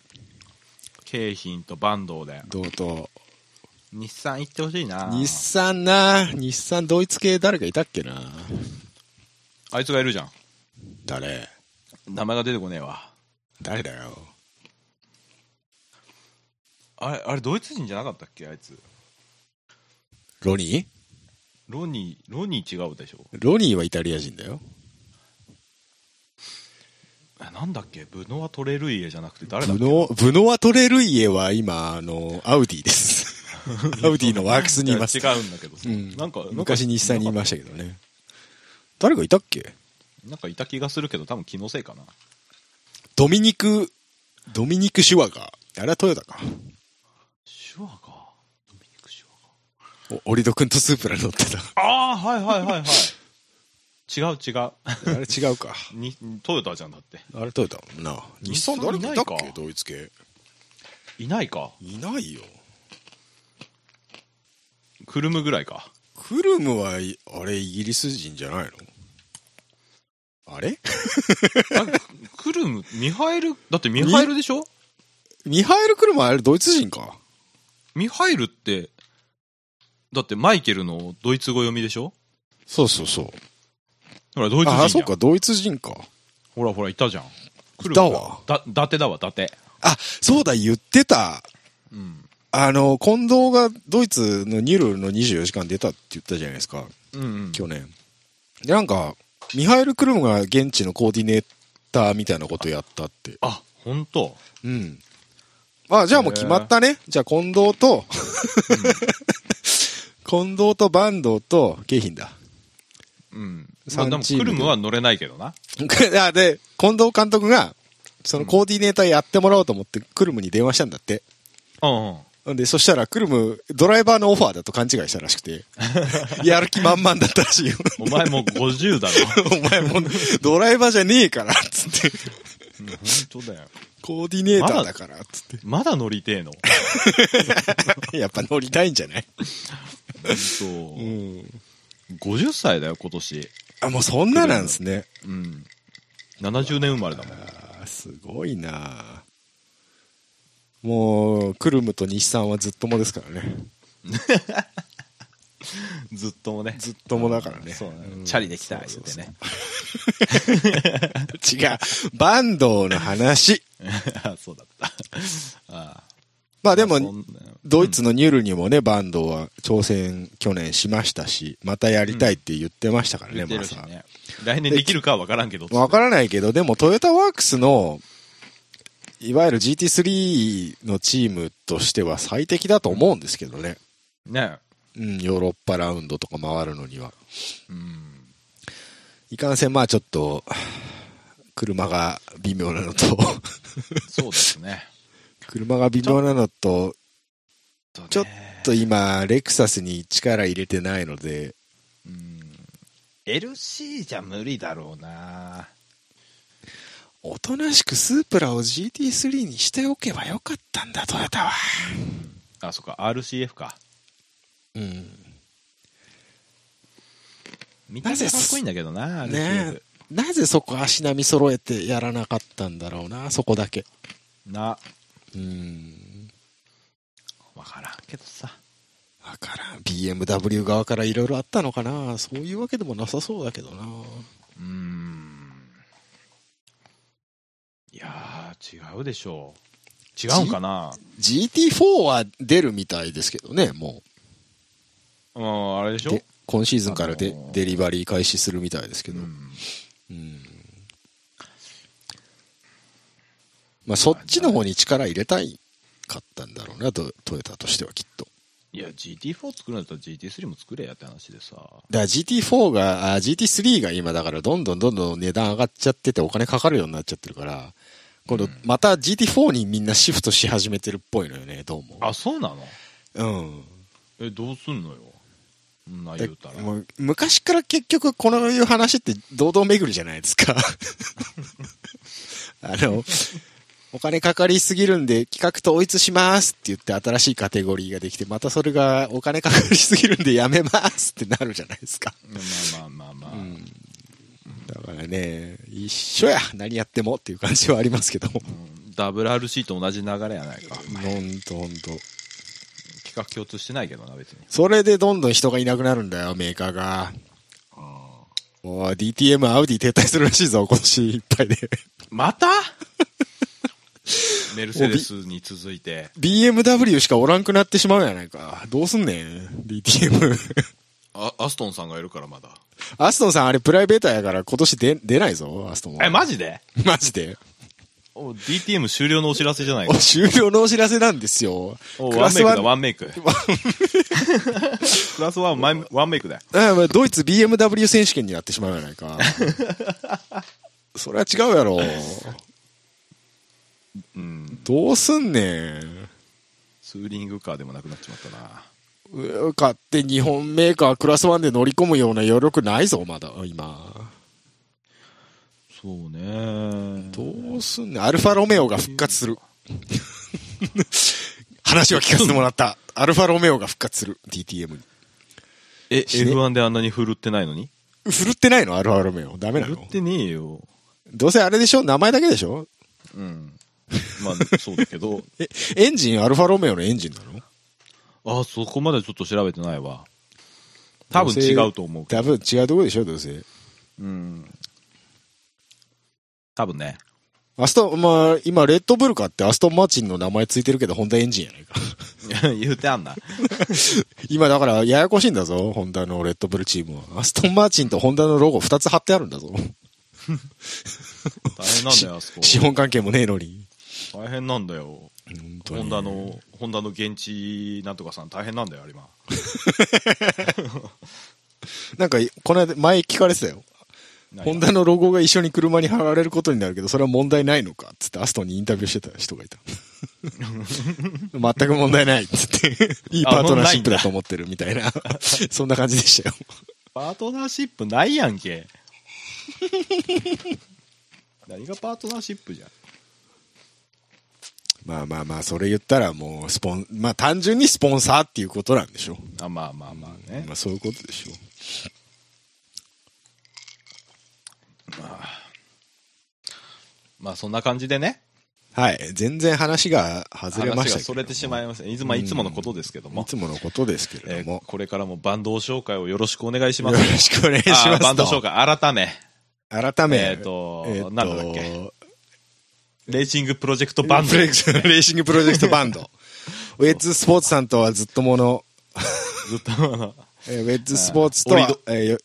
B: 京浜と坂東で。
A: どうと、
B: 日産行ってほしいな。
A: 日産な、日産ドイツ系誰かいたっけな。
B: あいつがいるじゃん。
A: 誰
B: 名前が出てこねえわ。
A: 誰だよ。
B: あれ、あれ、ドイツ人じゃなかったっけあいつ。
A: ロニ
B: ロニー、ロニー違うでしょ。
A: ーロニーはイタリア人だよ。
B: あなんだっけブノワトレルイエじゃなくて誰だっ
A: ブ
B: け
A: ノ、ブノワトレルイエは今、あの、アウディ
B: *laughs*
A: です。アウディのワークスにいます。
B: いや違うんだけどさ、
A: うん
B: なんか、
A: 昔日産にいましたたけどね。誰かいたっけ
B: なんかいた気がするけど、多分気のせいかな。
A: ドミニク、ドミニク・シュワガー。あれはトヨタか。
B: シュワか。ドミニクシュワか。
A: おオリド君とスープラ乗ってた。
B: ああ、はいはいはいはい。 *laughs* 違う違う *laughs*
A: あれ違うか。
B: に。トヨタじゃんだって。
A: あれトヨタだもんな。日
B: 日産
A: 産誰かいたっ
B: いない
A: け
B: か
A: ドイツ系。
B: いないか。
A: いないよ。
B: クルムぐらいか。
A: クルムは、いあれ、イギリス人じゃないのあれ
B: クルム、ミハエル、だってミハエルでしょ
A: ミハエル・クルムはあれ、ドイツ人か。
B: ミハエルって、だってマイケルのドイツ語読みでしょ
A: そうそうそう。
B: ほら、ドイツ人じゃん。
A: あ、そうか、ドイツ人か。
B: ほらほら、いたじゃん。クルム
A: いたわ。
B: だ、伊達だわ、伊達。
A: あ、そうだ、言ってた。
B: うん。
A: あの、近藤がドイツのニュルの24時間出たって言ったじゃないですか、
B: うん、うん。
A: 去年。で、なんか、ミハエル・クルムが現地のコーディネーターみたいなことやったって。
B: あ、ほんと。
A: うん。まあ、じゃあもう決まったね。じゃあ、近藤と、 *laughs* 近藤と坂東と京浜だ。 *laughs*
B: うん。まあ、
A: 三
B: でも
A: チーム
B: ク
A: で
B: ルムは乗れないけどな。
A: あで、近藤監督が、そのコーディネーターやってもらおうと思って、クルムに電話したんだって。
B: うん、うん。
A: んで、そしたら、クルム、ドライバーのオファーだと勘違いしたらしくて、 *laughs* やる気満々だったらしいよ。 *laughs*
B: お前もう50だろ。
A: お前もうドライバーじゃねえから、つって。
B: 本当だよ。
A: コーディネーターだから、つっ
B: まだ乗りてえの。
A: て。 *laughs* やっぱ乗りたいんじゃない
B: そうう。
A: ん。
B: 50歳だよ、今年。
A: あ、もうそんななんですね。
B: うん。70年生まれだもん。
A: あーすごいなもう、クルムと日産はずっともですからね。 *laughs*
B: ずっともね。
A: ずっともだからね。
B: そうだね
A: ん
B: チャリ *laughs* できた、言
A: そう
B: っ
A: そう
B: て
A: そう
B: ね。
A: 違う。バンドの話。
B: あそうだった。あ
A: まあでも
B: そ、んな
A: ドイツのニュルにもね、バンドは挑戦去年しましたし、またやりたいって言ってましたからね、
B: 言って
A: ま
B: るし
A: さ。
B: ね。来年できるかは分からんけど。
A: わからないけど、でもトヨタワークスの、いわゆる GT3 のチームとしては最適だと思うんですけどね。
B: ね。
A: うん、ヨーロッパラウンドとか回るのには。
B: うん。
A: いかんせん、まあちょっと、車が微妙なのと、 *laughs*
B: そうですね。
A: 車が微妙なのと、 *laughs* ちょっ
B: ね
A: ちょっと今、レクサスに力入れてないので、
B: うん LC じゃ無理だろうな
A: おとなしくスープラを GT3 にしておけばよかったんだ、トヨタは。
B: あそっか RCF か
A: うん。
B: 見た目かっこいいんだけどな RCF
A: ねえなぜそこ足並み揃えてやらなかったんだろうな、そこだけ。
B: な
A: うん。
B: 分からんけどさ
A: わからん。BMW 側からいろいろあったのかな。そういうわけでもなさそうだけどな。
B: うーんいやー違うでしょう違うんかな
A: GT4 は出るみたいですけどね、も
B: うんあれでし
A: う。
B: ょ
A: で今シーズンからで、
B: あのー
A: デリバリー開始するみたいですけ
B: う
A: ど。
B: ん
A: うんまあ、そっちの方に力入れたいかったんだろうな、トトヨタとしてはきっと。
B: いや GT4 作るんだったら GT3 も作れやって話でさ
A: だから GT4 が、あ GT3 が今だからどんどんどんどん値段上がっちゃっててお金かかるようになっちゃってるから、今度また GT4 にみんなシフトし始めてるっぽいのよね、どうも。
B: あそうなの
A: うん。
B: えどうすんのよそんな言うたら
A: もう昔から結局このいう話って堂々巡りじゃないです
B: *laughs*
A: か。あの、お金かかりすぎるんで企画統一しますって言って新しいカテゴリーができて、またそれがお金かかりすぎるんでやめますってなるじゃないですか。
B: まあまあまあまあ、
A: うんだからね、一緒や何やってもっていう感じはありますけども。
B: WRC と同じ流れやないか
A: ほんとほんと。
B: 企画共通してないけどな別に
A: それでどんどん人がいなくなるんだよ、メーカーが。もう DTM、アウディ撤退するらしいぞ、 *laughs* 今年いっぱいで。
B: また *laughs* メルセデスに続いて
A: BMW しかおらんくなってしまうやないか。どうすんねん、DTM。
B: あアストンさんがいるからまだ
A: *laughs* アストンさん、あれプライベーターやから今年で出ないぞ、アストンは。
B: えマジで
A: マジで。
B: お DTM 終了のお知らせじゃない
A: お
B: か
A: 終了のお知らせなんですよ。
B: *laughs* お
A: ク
B: ワ
A: ラ
B: ン
A: ス
B: メイ
A: ワ
B: ク
A: ン
B: だワンメイク *laughs* クラスワンマイワンメイクだよ
A: あまあドイツ BMW 選手権になってしまうやないか。それは違うやろ。
B: うん
A: どうすんねん。
B: ツーリングカーでもなくなっちまったな
A: う勝手日本メーカークラスワンで乗り込むような余力ないぞ、まだ、今。
B: そうね
A: どうすんねん。アルファロメオが復活する。話は聞かせてもらった。アルファロメオが復活する。DTM に。
B: え、
A: 死ね
B: F1 であんなに振るってないのに
A: 振るってないのアルファロメオ。ダメな
B: 振る
A: の
B: ってねえよ。
A: どうせあれでしょ名前だけでしょ
B: うん。まあ、そうだけど。
A: え、エンジン、アルファロメオのエンジンなの
B: *laughs* あ、そこまでちょっと調べてないわ。多分違うと思うけど。
A: 多分違うとこでしょどうせ。
B: うん。多分ね。
A: アストン、まあ、今、レッドブルカってアストンマーチンの名前ついてるけど、ホンダエンジンやないか。*laughs*
B: *laughs* 言うてあんな。
A: 今、だから、ややこしいんだぞ、ホンダのレッドブルチームは。アストンマーチンとホンダのロゴ2つ貼ってあるんだぞ。
B: 大変なんだよ、あそこ。
A: 資本関係もねえのに。
B: 大変なんだよ。
A: 本当に
B: ホンダ。の、ホンダの現地なんとかさん大変なんだよ、あれ今。
A: なんか、この間、前聞かれてたよ。ホンダのロゴが一緒に車に貼られることになるけど、それは問題ないのかっつって、アストンにインタビューしてた人がい *laughs* た。全く問題ないっつって、いいパートナーシップだと思ってるみたいな、そんな感じでしたよ。
B: パートナーシップないやん *laughs* け。何がパートナーシップじゃん。
A: まあまあまあ、それ言ったらもう、スポン、まあ単純にスポンサーっていうことなんでしょ。
B: あまあまあまあね
A: ま。あそういうことでしょ。
B: まあそんな感じでね。
A: はい。全然話が外れました
B: 話が
A: けど。
B: それてしまいました。いつも、いつものことですけど
A: い
B: も。
A: つものことですけれ
B: え
A: ど
B: ー
A: も。
B: これからもバンド紹介をよろしくお願いしま
A: よ
B: す。
A: ろしくお願いしま
B: あ
A: す。
B: バンド紹。介、改め。
A: 改め。
B: えーと
A: えー
B: なんだっけレーシングプロジェクトバンド。
A: レーシングレーシングプロジェクトバンド。
B: *laughs*
A: ウェッツスポーツさんとはずっともの、
B: ずっとあの、
A: *laughs* えーウェッツスポーツとは
B: 折戸
A: えーよ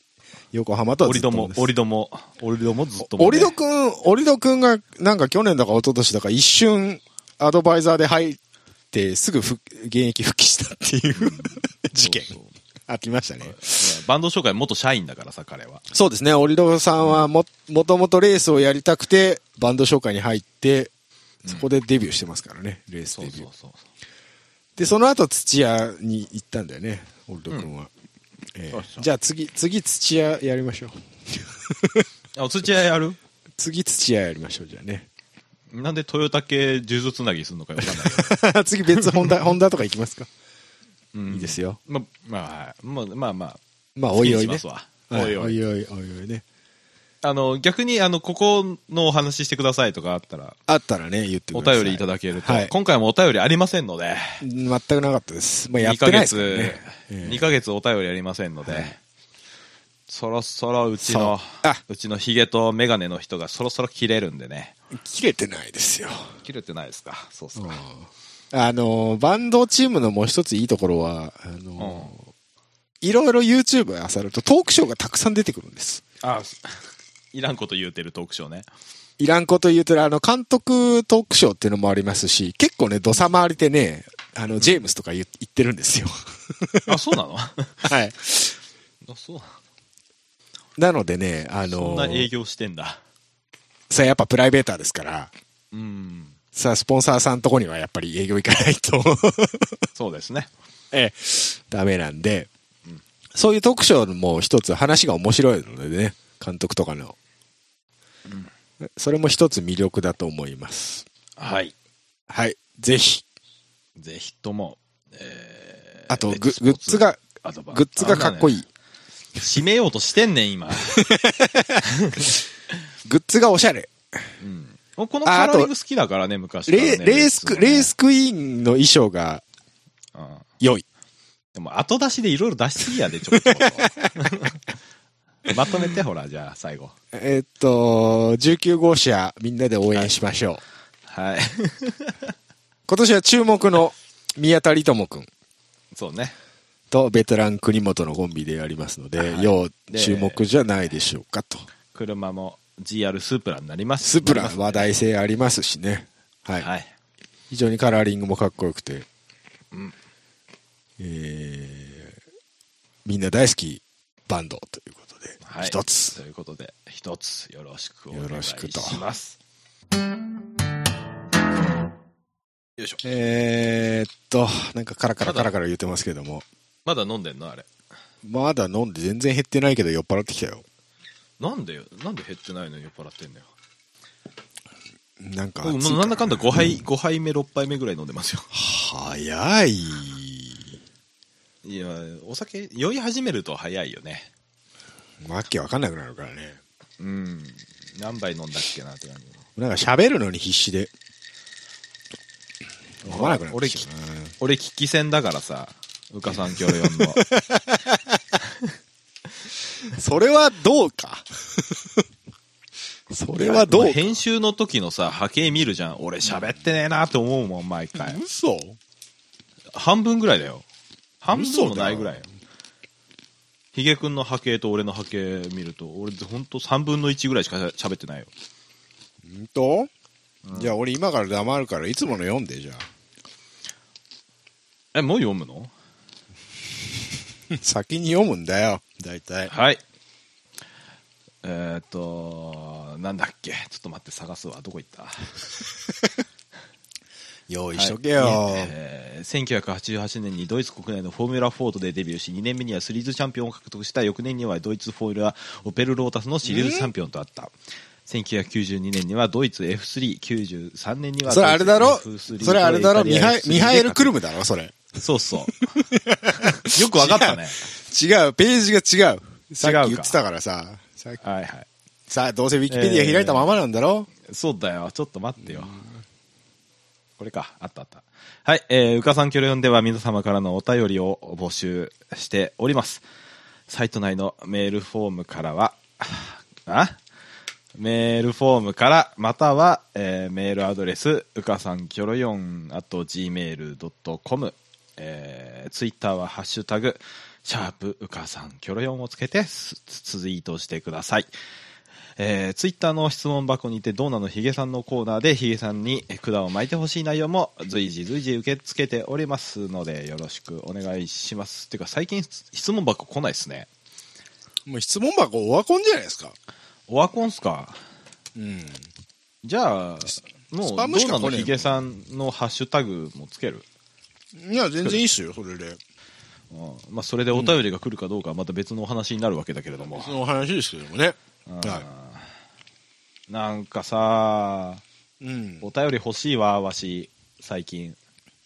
A: 横浜とは
B: 折
A: ずっと
B: りど
A: も
B: も
A: で、す。
B: 折りども、折りどもずっともね
A: 折戸くん、折戸くんが、なんか去年だか一昨年だか一瞬、アドバイザーで入って、すぐ復現役復帰したっていう、 *laughs* 事件
B: そうそう。
A: ありましたね。
B: いやバンド紹介元社員だからさ、彼は。
A: そうですね、折戸さんはも、もともとレースをやりたくて、バンド紹介に入って、そこでデビューしてますからね、レース
B: そ
A: デ
B: う
A: ビュー。
B: そうそう。
A: で、その後土屋に行ったんだよね、折戸くんは。ええ
B: そうそう
A: じゃあ次、次土屋やりましょう。
B: あ、お土屋やる
A: 次土屋やりましょう、じゃあね。
B: なんでトヨタ系数珠つなぎするのかよくわかんないけ
A: *laughs*
B: ど。 *laughs*
A: 次別ホンダ、ホンダとか行きますか。
B: うん
A: いいですよ。
B: ま、まあ、はい。まあまあまあ。
A: まあ、おいおい
B: 好きに
A: ね
B: し。ますわ
A: は
B: おいおい。
A: いおいおいおいね。
B: あの、逆に、あの、ここのお話ししてくださいとかあったら、
A: あったらね、言って
B: お
A: ください。
B: 便りいただけると、
A: はい。
B: 今回もお便りありませんので、
A: 全くなかったです。まあ、やっ
B: 2
A: て
B: ヶ
A: ないです
B: 月、
A: からね。ええ
B: 2ヶ月お便りありませんので、そろそろうちの
A: そうあ、
B: うちのヒゲとメガネの人がそろそろ切れるんでね。
A: 切れてないですよ。
B: 切れてないですかそうっすか。
A: あの、バンドチームのもう一ついいところは、あの、いろいろ YouTube を漁るとトークショーがたくさん出てくるんです。
B: あ、すいらんこと言うてるトーク
A: *laughs*
B: ショーね。
A: いらんこと言うとる、あの、監督トークショーっていうのもありますし、結構ね、土佐回りでね、あの、ジェームスとか言言ってるんですよ。
B: あ、そうなのあ、
A: はい。
B: そうなの
A: *laughs* なのでね、あ
B: そん
A: の
B: な、営業してんだ。
A: さあやっぱプライベーターですから、
B: うん。
A: さあ、スポンサーさんとこにはやっぱり営業行かないと、 *laughs*
B: そうですね。
A: ええ、ダメなんで、そういう特賞も一つ話が面白いのでね、監督とかの。それも一つ魅力だと思います。
B: はい。
A: はい。ぜひ。
B: ぜひとも、えー
A: あと、
B: レ
A: グ
B: ッドスポ
A: グ
B: ー
A: ッ
B: ツ
A: ズが、
B: アドバン
A: グッズがかっこい
B: あ
A: い。
B: なんだね締めようとしてんね
A: *laughs*
B: ん、今。
A: グッズがおしゃれ。
B: うん。この
A: あ
B: カ
A: あと
B: ラーリング好きだからね、昔から、
A: レ
B: ね。
A: ーレースク、レー
B: ス
A: スクイーンの衣装が
B: もね。うん
A: 良い。
B: でも後出しでいろいろ出しすぎやで、ちょっと。 *laughs* まとめて、ほら、じゃあ、最後。
A: えーっと、19号車みんなで応援しましょう。
B: はい。 *laughs*
A: 今年は注目の宮田理智くん
B: そうね。
A: とベテラン国本のコンビでやりますので、
B: はい
A: 要
B: で
A: 注目じゃないでしょうかと。
B: 車も GR スープラになります。
A: スプラ
B: なり
A: 話題性ありますしね。は
B: ます
A: い。
B: はい。
A: 非常にカラーリングもかっこよくて。
B: うん
A: えー、みんな大好きバンドということで、
B: はい。
A: 一つ
B: と。いうことで、一つよろしくお
A: よ
B: 願
A: ろ
B: い
A: し
B: し
A: くと
B: ます。よいしょ。
A: えー、っと、なんかカラカラカラカラ言ってますけども、
B: まだ飲んでんのあれ。
A: まだ飲んで全然減ってないけど酔っ払ってきたよ。
B: なんでよ、なんで減ってないのに酔っ払ってんのよ。
A: なんか
B: 僕
A: 暑い
B: もうなんだかんだ5杯、5杯目、6杯目ぐらい飲んでますよ。
A: 早い。
B: いや、お酒、酔い始めると早いよね。
A: わけわかんなくなるからね。
B: うん。何杯飲んだっけなって感じ。
A: なんか喋るのに必死で。わかんなくなって
B: 俺
A: きたな。
B: 俺、聞き戦だからさ、うかさんキョロ4の。
A: *laughs* それはどう
B: *laughs*
A: か。それはどうか。
B: 編集の時のさ、波形見るじゃん。俺喋ってねえなと思うもん、毎回。
A: 嘘
B: 半分ぐらいだよ。半分
A: 嘘
B: も
A: だよ
B: ないぐらいよ。ヒゲくんの波形と俺の波形見ると、俺ほんと3分の1ぐらいしか喋ってないよ。
A: 本当、じゃあ俺今から黙るからいつもの読んでじゃ
B: *laughs*
A: あ
B: え、もう読むの
A: 先に読むんだよ大体
B: はい。えーっと、なんだっけ。ちょっと待って、探すわ。どこ行った
A: 用意しとけよ、
B: はいえー1988年にドイツ国内のフォーミュラフォードでデビューし2年目にはシリーズチャンピオンを獲得した翌年にはドイツフォーミュラオペルロータスのシリーズチャンピオンとなった1992年にはドイツ F393 年に
A: *laughs*
B: は
A: それあれだろ
B: ドイツ F3
A: それあれだろ
B: イタリ
A: ミ
B: ア
A: ハイ
B: F3
A: ミハエル・クルムだろそれ
B: そうそうよくわかったね
A: *laughs* 違うページが違うさっき言ってたからささっき
B: はいはい
A: さあどうせウィキペディア開いたままなんだろ、
B: そうだよ。ちょっと待ってよ。これか。あったあった。はい。えー、うかさんきょろよんでは皆様からのお便りを募集しております。サイト内のメールフォームからは、あメールフォームから、または、えーメールアドレス、うかさんきょろよん、あと gmail.com、えー、ツイッターはハッシュタグ、シャープうかさんきょろよんをつけて、すツイートしてください。えー、ツイッターの質問箱にて、ドーナのヒゲさんのコーナーで、ヒゲさんにえー管を巻いてほしい内容も随時随時受け付けておりますので、よろしくお願いします。てか、最近質質問箱来ないですね。
A: もう質問箱オワコンじゃないですか
B: オワコンっすか
A: うん
B: じゃあ、もう、
A: ス
B: ド
A: パムし
B: ー
A: か
B: ナ
A: 来ねえ
B: の
A: よ
B: ヒゲさんのハッシュタグもつける。
A: いや全然いいっすよそれで
B: うんまあ、それでお便りが来るかどうかはまた別のお話になるわけだけれども。
A: そのお話ですけどもねは
B: なんかさ、
A: い、うん、
B: お便り欲しいわ、わし、最近。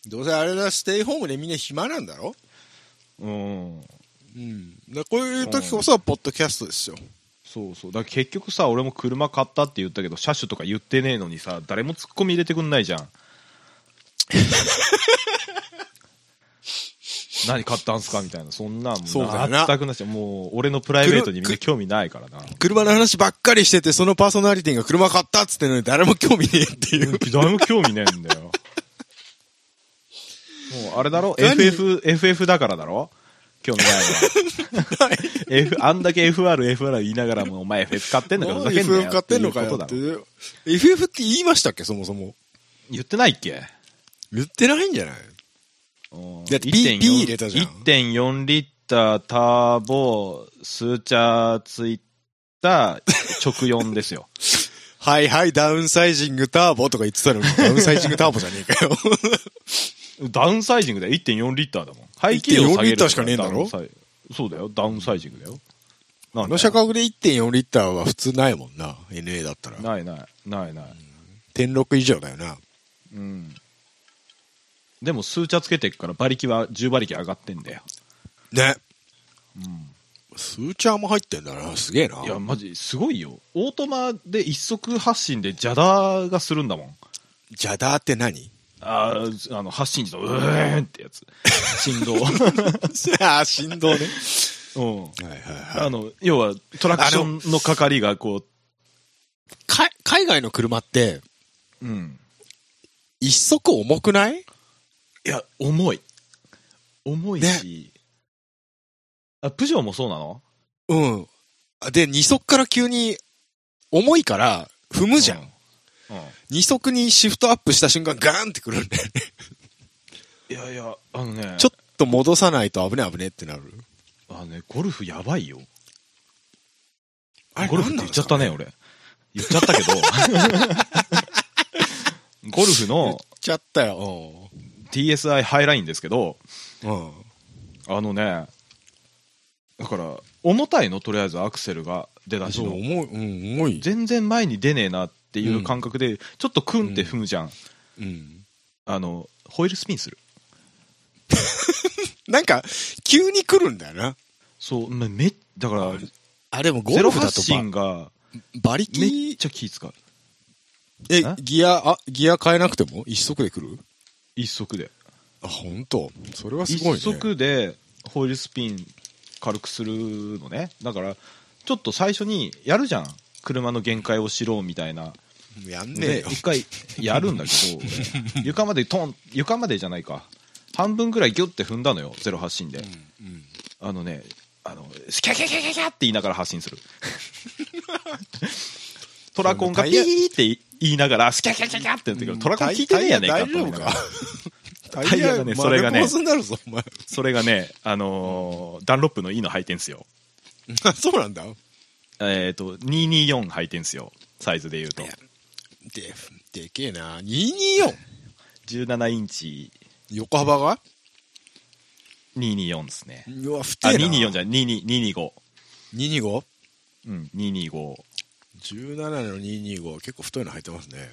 A: どうせあれだステイホームでみんな暇なんだろ
B: うん。
A: うんだからこういう時こそポッドキャストですよ
B: そうそうだから結局さ俺も車買ったって言ったけど車種とか言ってねえのにさ誰もツッコミ入れてくんないじゃん *laughs* 何買ったんすかみたいなそんなんも
A: そうだよな
B: 全くなしもう俺のプライベートにみんな興味ないからな
A: 車の話ばっかりしてて、そのパーソナリティが車買ったっつってのに誰も興味ねえっていう。
B: *laughs* 誰も興味ねえんだよもうあれだろ
A: *laughs* 何
B: FF, FF だからだろ興味ないのは F あんだけ FRFR 言いながらもお前 FF 買ってんのかふざけんなよ
A: FF 買ってんのか
B: ってい
A: よ
B: うこ
A: っ
B: と
A: て
B: だろ。
A: FF って言いましたっけ、そもそも。
B: 言ってないっけ
A: 言ってないんじゃない
B: だ
A: だって P- P 入れたじゃん
B: 1.4リッターターボスーチャーついた直4ですよ。
A: はいはい、ダウンサイジングターボとか言ってた *laughs* のに、ダウンサイジングターボじゃねえかよ。
B: *laughs* ダウンサイジングだよ。1.4リッターだもん。排気量下げ
A: 1.4リ
B: る
A: ッターしかねえんだろ
B: ダウンサイそうだよ。ダウンサイジングだよ。な
A: あの
B: んだよ
A: 車格で1.4リッターは普通ないもんな。NA だったら。
B: ないない。ないない。
A: 1.6以上だよな。
B: うん。でもスーチャーつけてっから馬力は10馬力上がってんだよ。
A: ね。スーチャーも入ってんだな。すげえな。
B: いや、マジすごいよ。オートマで一足発進でジャダーがするんだもん。
A: ジャダーって
B: *laughs*
A: 何
B: あーあの、発信時のうーんってやつ。
A: *laughs*
B: 振動。
A: ああ、振動ね。
B: うん。
A: はいはいはい。
B: あの、要は、トラクションの係がこ
A: か海外の車って、
B: う、うん。
A: 一足重くない
B: いや、重い。重いし、あ、プジョーもそうなの
A: うん。で、二足から急に、重いから、踏むじゃん。
B: う
A: 二足にシフトアップした瞬間、ガーンってくるんで、
B: いやいや、あのね、
A: ちょっと戻さないと危ねえ危ねえってなる。
B: あのね、ゴルフやばいよ。
A: あれ、
B: ゴルフって
A: なん
B: 言
A: な
B: っ
A: ん
B: ち
A: です
B: ゃっ
A: か
B: たね、俺。言っちゃったけど。
A: *laughs*
B: ゴル
A: 言
B: フ
A: っ
B: の
A: ちゃったよ。
B: TSI ハイラインですけど、
A: うん。うん。
B: あのね、だから、重たいの、とりあえずアクセルが出だし
A: そう、
B: の。
A: 重い、うん、重い。
B: 全然前に出ねえなっていう感覚で、ちょっとクンって踏むじゃん。
A: うん。
B: あの、ホイールスピンする。
A: なんか、急に来るんだよな。
B: そう、め、めだから、
A: あ、でもゴ
B: ゼ
A: ル
B: ロ
A: フだ
B: 発
A: と
B: 進が、
A: 馬
B: めっ
A: 力、
B: ちゃ気使う。
A: え
B: え、
A: ギア、あ、ギア変えなくても一足で来る
B: 一足で。
A: あ、本当それはすごいね。
B: 一足でホイールスピン軽くするのね。だから、ちょっと最初にやるじゃん。車の限界を知ろうみたいな。
A: やんねえ
B: で、
A: よ。
B: 一回やるんだけど、
A: *laughs*
B: 俺床までトン、床までじゃないか。半分ぐらいギュッて踏んだのよ、ゼロ発進で。
A: うん
B: あのね、あの、シキャキャキャキャキャって言いながら発
A: *laughs*
B: 信する。トラコンがピーって言いながら、シキャキャキャキャって言うんだけど、トラコン聞いてねえやねんか
A: タ
B: と
A: イヤ
B: 思
A: 大
B: いな
A: 丈夫
B: がら
A: か
B: *laughs* タイヤがねそれがね
A: 丸坊主になるぞ、お前。 *laughs*
B: それがね、あのーダンロップの E の履いてんすよ。
A: あそうなんだ。
B: えっ、と、224履いてんすよ。サイズで言うと
A: い。やで、でけえな。224。
B: 17インチ
A: 横幅が
B: 224ですね。
A: うわ、太
B: あ、
A: えな。
B: 224じゃない、22 225。
A: 225?
B: うん、225。
A: 17の225、結構太いの入ってますね。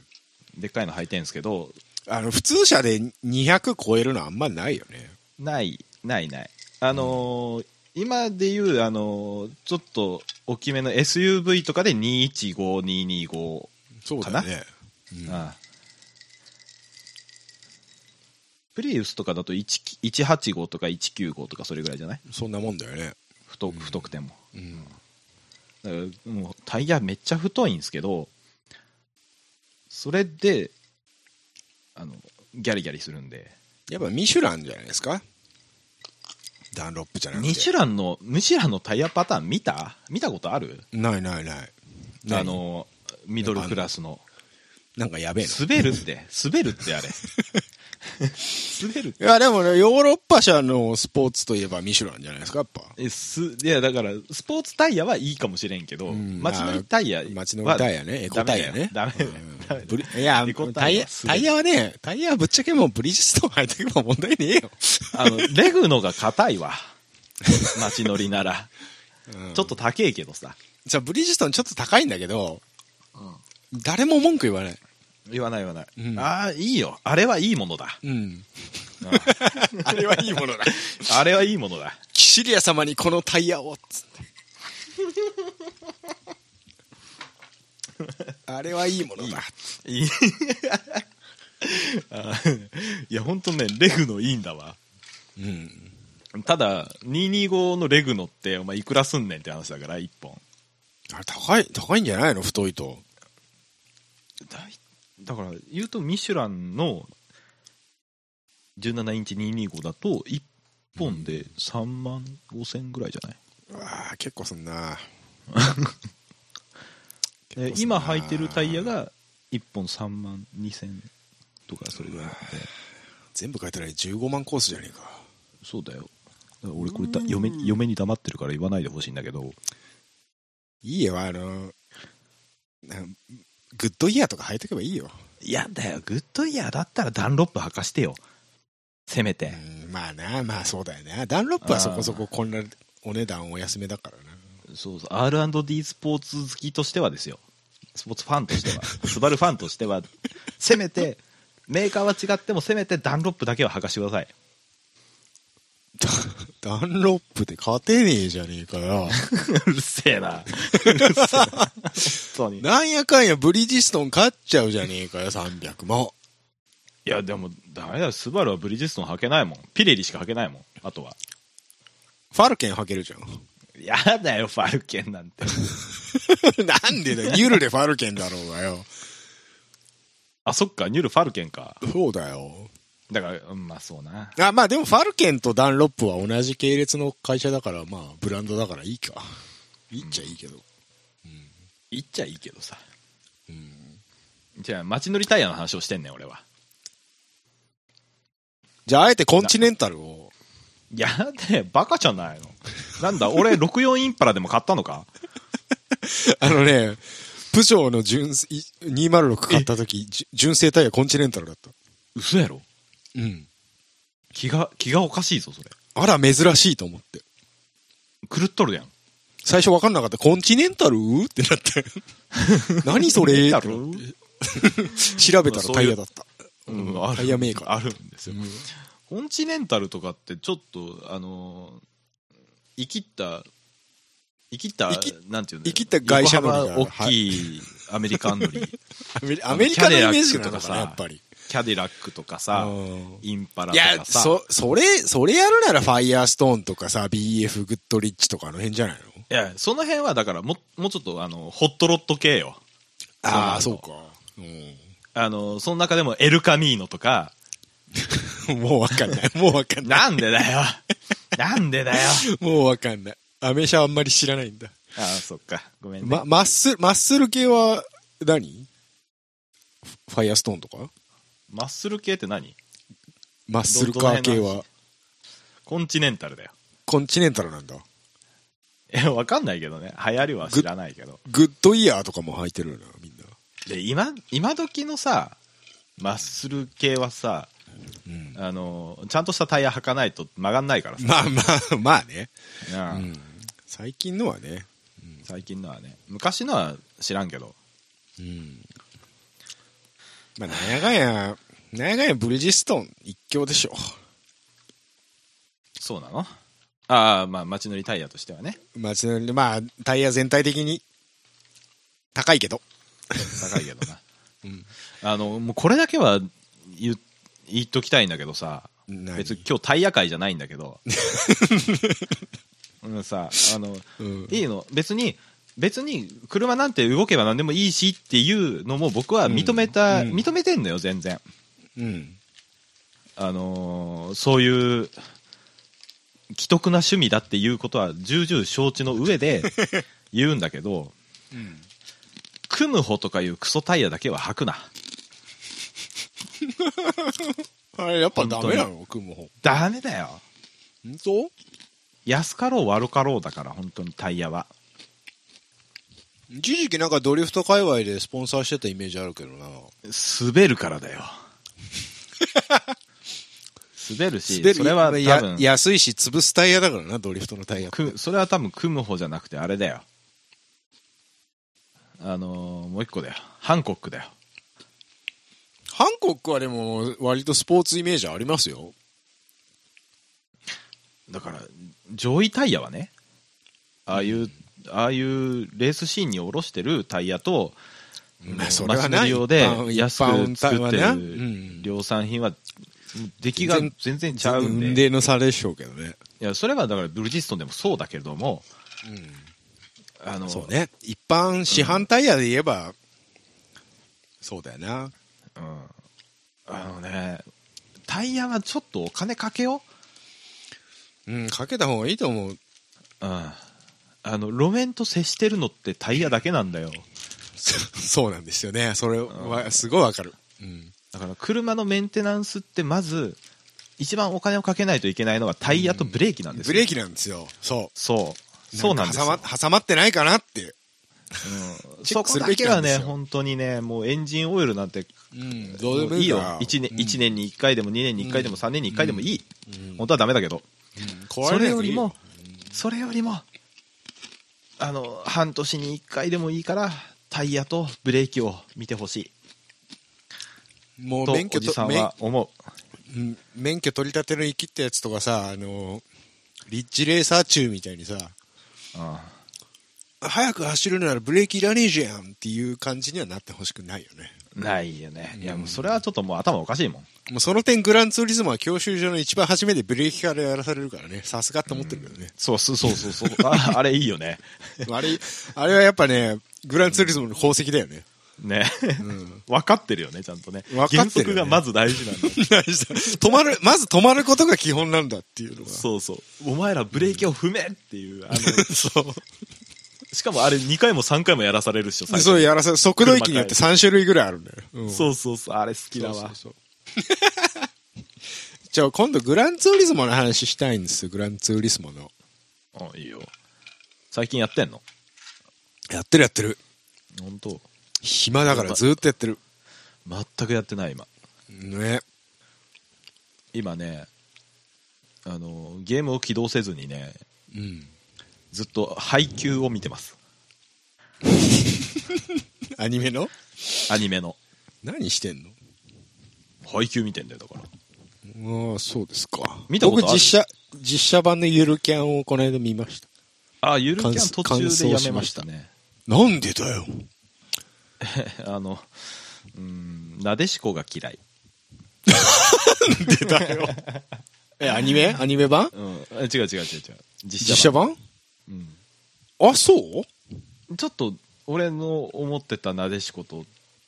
B: でっかいの履いてんすけど、
A: あの、普通車で200超えるのあんまないよね。
B: ない、ない、ない。あのー今でいう、あのーちょっと大きめの SUV とかで215、225。
A: そうだよね。うん
B: ああプリウスとかだと1 185とか195とかそれぐらいじゃない
A: そんなもんだよね。
B: 太太くても。
A: うん。
B: だからもうタイヤめっちゃ太いんですけど、それで、あの、ギャリギャリするんで。
A: やっぱミシュランじゃないですかダンロップじゃなくて。
B: ミシュランの、ミシュランのタイヤパターン見た見たことある
A: ないないない。
B: あの、ミドルクラスの。
A: なんかやべえな。
B: 滑るって、滑るってあれ。滑る
A: いや、でもね、ヨーロッパ車のスポーツといえばミシュランじゃないですか、やっぱ。
B: *laughs* えすいやだからスポーツタイヤはいいかもしれんけど、
A: うん
B: 街乗りタイヤは
A: 街のタイヤね、エコタイヤね。
B: ダメだよダメだよ
A: ブリいや
B: エコ、
A: タ
B: タイ
A: イ
B: ヤ
A: ヤ、タイヤはね、タイヤはぶっちゃけもうブリヂストン入ってけば問題ねえよ。
B: あのレグのが硬いわ *laughs* 街乗りなら、ちょっと高えけどさ
A: じゃあブリヂストンちょっと高いんだけど、誰も文句言わない。
B: 言わない言わない、
A: うん
B: ああいいよあれはいいもの
A: *laughs*
B: だ
A: うん。あれはいいものだ。
B: あれはいいものだ
A: キシリア様にこのタイヤを、つ *laughs* って。あれはいいものだ。
B: いいあーいや本当ねレグのいいんだわ
A: うん。
B: ただ225のレグノってお前いくらすんねんって話だから1本
A: あれ高い、高いんじゃないの太いと。
B: だいだから言うとミシュランの17インチ225だと1本で3万5千ぐらいじゃない、
A: ああ、結構すん *laughs* な。
B: え
A: 結構すんな
B: 今履いてるタイヤが1本3万2千とかそれぐらいなんで
A: 全部変えたら15万コースじゃねえか。
B: そうだよだから俺これだ嫁嫁に黙ってるから言わないでほしいんだけど
A: いいよ、あの、なんグッドイヤーとか履いとけばいいよ。
B: いやだよグッドイヤーだったらダンロップ履かしてよせめて
A: うんまあな、まあそうだよね。ダンロップはそこそここんなお値段お安めだからな。
B: そうそう R&D スポーツ好きとしてはですよスポーツファンと *laughs* してはスバルファンとしてはせめてメーカーは違ってもせめてダンロップだけは履かしてください
A: ダンロップで勝てねえじゃねえか *laughs* よ。
B: うるせえなうるせえな本当にい
A: なんやかんやブリヂストン勝っちゃうじゃねえかよ、300も。
B: やでもダメだよスバルはブリヂストン履けないもんピレリしか履けないもんあとは
A: ファルケン履けるじゃん。 *laughs*
B: やだよファルケンなんて
A: なんでだよ、ニュルでファルケンだろうがよ。
B: あそっかニュルファルケンか
A: そうだよ。
B: だからうんまあそうな
A: あ、まあでもファルケンとダンロップは同じ系列の会社だから、まあブランドだからいいか。いいっちゃいいけど。
B: 言っちゃいいけどさ
A: うん
B: じゃあ街乗りタイヤの話をしてんねん俺は
A: じゃああえてコンチネンタルを。
B: いやだよバカじゃないのなんだ俺64インパラでも買ったのか
A: あのね、プショーの純正い206買った時、じゅ純正タイヤコンチネンタルだった。
B: 嘘やろ
A: うん。
B: 気が、気がおかしいぞ、それ。
A: あら、珍しいと思って。
B: 狂っとるやん。
A: 最初わかんなかった。コンチネンタルってなって。 *laughs* 何それってなって
B: コンチ
A: 調べたらタイヤだった。
B: うん、あ
A: タイヤメーカー
B: あるんですよ。コンチネンタルとかってちょっとあのー生きった生きった
A: 生き
B: なんていうの
A: 生きった外車乗りだ
B: 横幅大きいアメリカン
A: *laughs*
B: 乗り
A: アメリアメリカのイメージなのか
B: キャデラックとか
A: な、
B: さ
A: やっぱり。
B: キャデラックとかさ
A: うん
B: インパ
A: い
B: ラと
A: や、
B: かさ
A: そ、それ、それやるならファイヤーストーンとかさ、BF グッドリッチとかの辺じゃないの
B: いやその辺はだからももうちょっとあのホットロット系よ
A: ああ、そ
B: そ
A: ううか。う
B: あのその中でもエルカミーノとか
A: ん。もうわ *laughs* かんない。もうわかんない。
B: なんでだ *laughs* よなんでだよ
A: もうわかんない。アメ車あんまり知らないんだ。
B: ああそっかごめんね、
A: ま、マッスル、マッスル系は何、フファイヤーストーンとか
B: マッスル系って何
A: マッスルカー系
B: どどの辺の
A: は、
B: コンチネンタルだよ
A: コンチネンタルなんだ。
B: えわかんないけどね流行りは知らないけど
A: グッドイヤーとかも履いてるよな、みんな。
B: で今今時のさマッスル系はさ、
A: ん
B: あのちゃんとしたタイヤ履かないと曲がんないからさ、
A: まあまあ、まあね。
B: うん
A: うん。最近のはね。
B: 最近のはね昔のは知らんけど
A: うん。まあ、なんやかんや、なんやかんやブリヂストン一強でしょ。
B: そうなのああまあ街乗りタイヤとしてはね
A: 街の、まあ、タイヤ全体的に高いけど。
B: 高いけどな、あのもうこれだけは言う言っときたいんだけどさ
A: 何
B: 別に今日タイヤ会じゃないんだけ
A: *laughs*
B: どうんさあの、
A: うん
B: いいの別に別に車なんて動けば何でもいいしっていうのも僕は認めた、
A: うんうん
B: 認めてんのよ全然
A: うん。
B: あのーそういう既得な趣味だっていうことは重々承知の上
A: *laughs*
B: で言うんだけど、クムホとかいうクソタイヤだけは履くな
A: あれ、やっぱダメなの組む方。
B: ダメだよ
A: 本当
B: 安かろう悪かろうだから本当にタイヤは
A: 一時期なんかドリフト界隈でスポンサーしてたイメージあるけどな。
B: 滑るから
A: *laughs*
B: だよ滑るしそれは多
A: や
B: 分
A: 安いし、潰すタイヤだからな、ドリフトのタイヤって。
B: くそれは多分組む方じゃなくてあれだよあのーもう一個だよハンコックだよ
A: ハンコックはでも、割とスポーツイメージありますよ。
B: だから上位タイヤはねああいう、ああいうレースシーンに下ろしてるタイヤと、
A: まあ
B: そ
A: そ
B: れ
A: れ
B: は
A: は
B: な
A: ないい
B: で
A: 一般
B: 安く作
A: 一
B: って
A: 般はねう
B: る
A: ん
B: 量産品は出来が全然ちゃうん
A: 運
B: で
A: 命の差でしょうけどね。
B: いやそれはだからブリヂストンでもそうだけれども、あの
A: そうね。一般市販タイヤで言えば、そうだよな。
B: うん、あのねタイヤはちょっとお金かけよ
A: うん、かけた方がいいと思う。 *laughs*
B: う、うん、あの路面と接してるのってタイヤだけなんだよ
A: そそうなんですよね。それは、すごいわかる。うん。
B: だから車のメンテナンスってまず一番お金をかけないといけないのはタイヤとブレーキなんです
A: ブ
B: よ
A: レーキなんですよ。そ
B: そう
A: う。
B: そうなんですよ
A: か挟ま挟まってないかなって。
B: うん
A: チェ
B: そ
A: ック
B: こ
A: する
B: だ
A: べき
B: けは
A: なんで
B: ね
A: すよ
B: 本当にねもうエンジンオイルなんて
A: うん、どうで
B: も
A: も
B: ういいよ
A: から
B: 1年
A: うん
B: ,1 年に1回でも2年に1回でも3年に1回でもいい、
A: うん
B: 本当はダメだけど、
A: 壊
B: そ
A: れ
B: れ
A: な
B: よ
A: くてい
B: り
A: いよ
B: も、それよりも、あの、半年に一回でもいいから、タイヤとブレーキを見てほし
A: も
B: いうと、
A: 免許
B: おじさん
A: と
B: は思
A: 免免許取り立ての生きったやつとかさ、あの、リッチレーサー中みたいにさ、
B: う。うん
A: 早く走るならブレーキいらねえじゃんっていう感じにはなってほしくないよね。
B: ないよね。いや、もうそれはちょっともう頭おかしいもん。
A: もうその点グランツーリズムは教習所の一番初めでブレーキからやらされるからね、さすがって思ってるけどね。
B: そうそうそうそうそう。 *laughs* ああれいいよね。
A: あれ、あれはやっぱね、グランツーリズムの宝石だよね。 *laughs*
B: ね。分かってるよね、ちゃんとね。
A: 分かってるよ
B: 原
A: ね
B: 則がまず大事
A: *laughs*
B: なんだ。
A: 止まる、まず止まることが基本なんだっていうのが。
B: そうそう。お前らブレーキを踏めっていう、あの、
A: *laughs* そう。
B: しかもあれ2回も3回もやらされるっしょ、最初
A: そうやらせ、速度域によって3種類ぐらいあるんだよ。うん
B: そうそうそう、あれ好きだわ。
A: そうそう *laughs* そうじゃあ今度グランツーリスモの話したいんですよ、グランツーリスモの。
B: うん、いいよ。最近やってんの
A: やってるやってる。
B: 本当
A: 暇だからずっとやってる。
B: 全くやってない今
A: ね。
B: 今ねあのゲームを起動せずにね
A: うん。
B: ずっと配給を見てます
A: アニメの
B: アニメの
A: 何してんの
B: 配給見てんだよだから
A: ああ、そうですか。
B: 見たことある
A: 僕、実写、実写版のゆるキャンをこの間見ました。
B: あ、ゆるキャン
A: 乾燥
B: 途中でやめましたね。
A: なんでだよ。
B: *laughs* あの、うん、なでしこが嫌い。
A: 出たよ。え、アニメアニメ版
B: うん、あ違う違う違う違う。実
A: 実写版
B: うん
A: あ、そう
B: ちょっと俺の思ってたなでしこと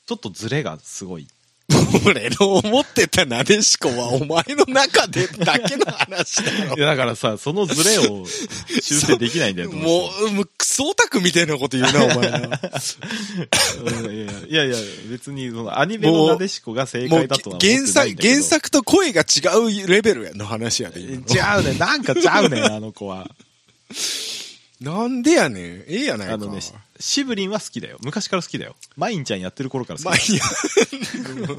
B: ちょっとズレがすごい
A: 俺の思ってたなでしこはお前の中でだけの話だよ
B: い。やだからさそのズレを修正できないんだ
A: *laughs*
B: よど
A: もう、もうクソオタクみたいなこと言うな、お前な。
B: うしてもうんいやいやいや別にそのアニメのな *laughs* でしこが
A: も
B: 正
A: う
B: 解だとは思ってない
A: 原
B: んだ
A: 作
B: け、ど
A: 原作と声が違うレベルの話やで、今の
B: 違うねなんかちゃうねあの子は
A: なんでやねん。ええやないか。
B: あのねしシブリンは好きだよ昔から好きだよマインちゃんやってる頃から好きだ
A: まあいいや。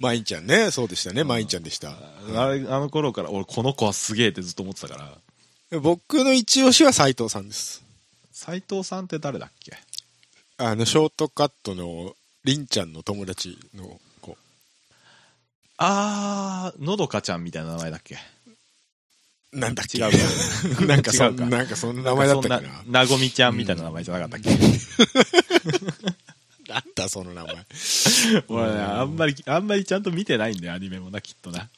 A: まいんちゃんね、そうでしたね、まいんちゃんでした。
B: あれあの頃から俺この子はすげえってずっと思ってたから
A: 僕の一押しは斉藤さんです。
B: 斎藤さんって誰だっけ
A: あの、ショートカットの、りんちゃんの友達の子。
B: あーのどかちゃんみたいな名前だっけ
A: なんだっけ
B: 違うか
A: なんかそ
B: 違うん *laughs* か
A: なんかそんな名前だったかな。
B: そんななごみちゃんみたいな名前じゃなかったっけ、
A: なんだその名前。
B: 俺ねあんまり、あんまりちゃんと見てないんだよ、アニメもな、きっとな。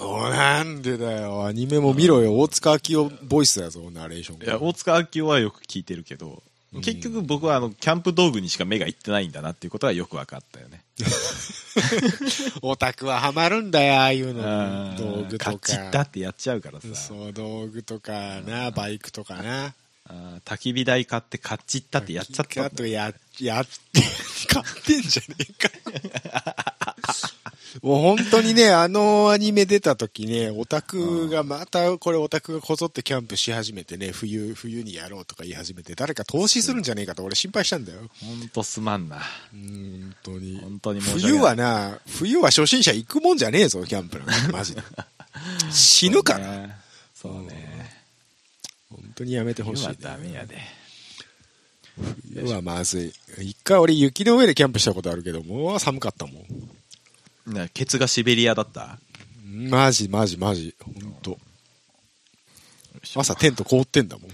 A: おなんでだよ。アニメも見ろよ。大塚明夫ボイスだぞ、ナレーション
B: い
A: が。
B: や、大塚明夫はよく聞いてるけど、結局僕はあの、キャンプ道具にしか目がいってないんだなっていうことはよく分かったよね。
A: オタクはハマるんだよ、ああいうの
B: あ
A: に。
B: ー
A: 道具と
B: カチッだ
A: か。
B: ってやっちゃうからさ。
A: そう、道具とかな、バイクとかな。
B: あー焚き火台買ってカチッだってやっちゃった
A: あ
B: んだ
A: と
B: よ。
A: や、やって、 *laughs* 買ってんじゃねえか。
B: *laughs*
A: もう本当にね、あのアニメ出た時ね、オタクがまた、これオタクがこぞってキャンプし始めてね、冬、冬にやろうとか言い始めて、誰か投資するんじゃねえかと俺心配したんだよ。
B: ほんとすまんな。
A: 本当に。
B: 本当に申し訳ない
A: 冬はな、冬は初心者行くもんじゃねえぞ、キャンプなんて、マジで。死ぬから。
B: そうね。
A: 本当にやめてほしい
B: 今
A: ね、
B: ダメやで。
A: 冬はまずい。一回俺雪の上でキャンプしたことあるけど、もう寒かったもん。
B: なケツがシベリアだった
A: マジマジマジ。本当。朝テント凍ってんだ *laughs* もん。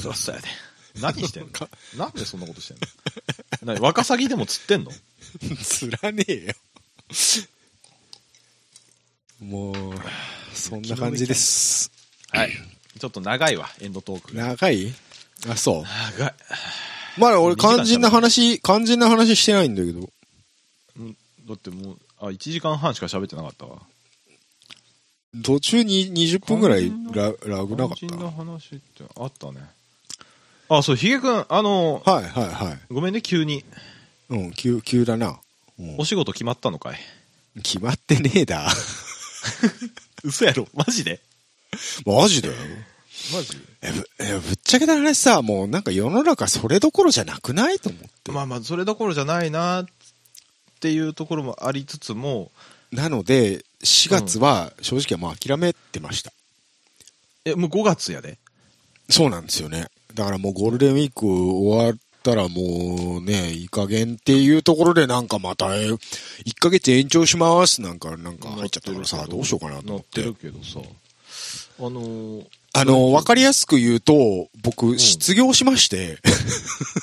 B: そうそうやで。何してんのなんでそんなことしてんの何ワカサギでも釣ってんの
A: つらねえよ。もう、そんな感じです。
B: はい。ちょっと長いわ、エンドトークが。
A: 長いあ、そ
B: 長い。
A: う。まあ俺
B: 短い
A: 肝心な話、肝心な話してないんだけど。
B: うんだってもう、あ、1時間半しか喋ってなかったわ。
A: 途中に20分ぐらいララグなか
B: 肝心
A: っ
B: の話ってあったね。あ、そう、ヒゲくん、あの、
A: た。はいはいは
B: ごめんね、急に。
A: い。うん、急、急だな。うん
B: お仕事決まったのかい
A: 決まってねえだ。 *laughs*
B: 嘘やろマジで
A: マジだよ。
B: マジ
A: え、ぶ、え、ぶっちゃけた話さ、もうなんか世の中それどころじゃなくないと思って。
B: まあまあ、それどころじゃないなっていうところもありつつも、
A: なので、4月は正直はもう諦めてました。
B: え、もう5月やで。
A: そうなんですよね。だからもうゴールデンウィーク終わったらもうね、いい加減っていうところでなんかまた、え1ヶ月延長しますなんか、なんか入っちゃったからさ、どうしようかなと思って。
B: なってるけどさ。あのー
A: あの、わかりやすく言うと、僕、失業しまして、 *laughs*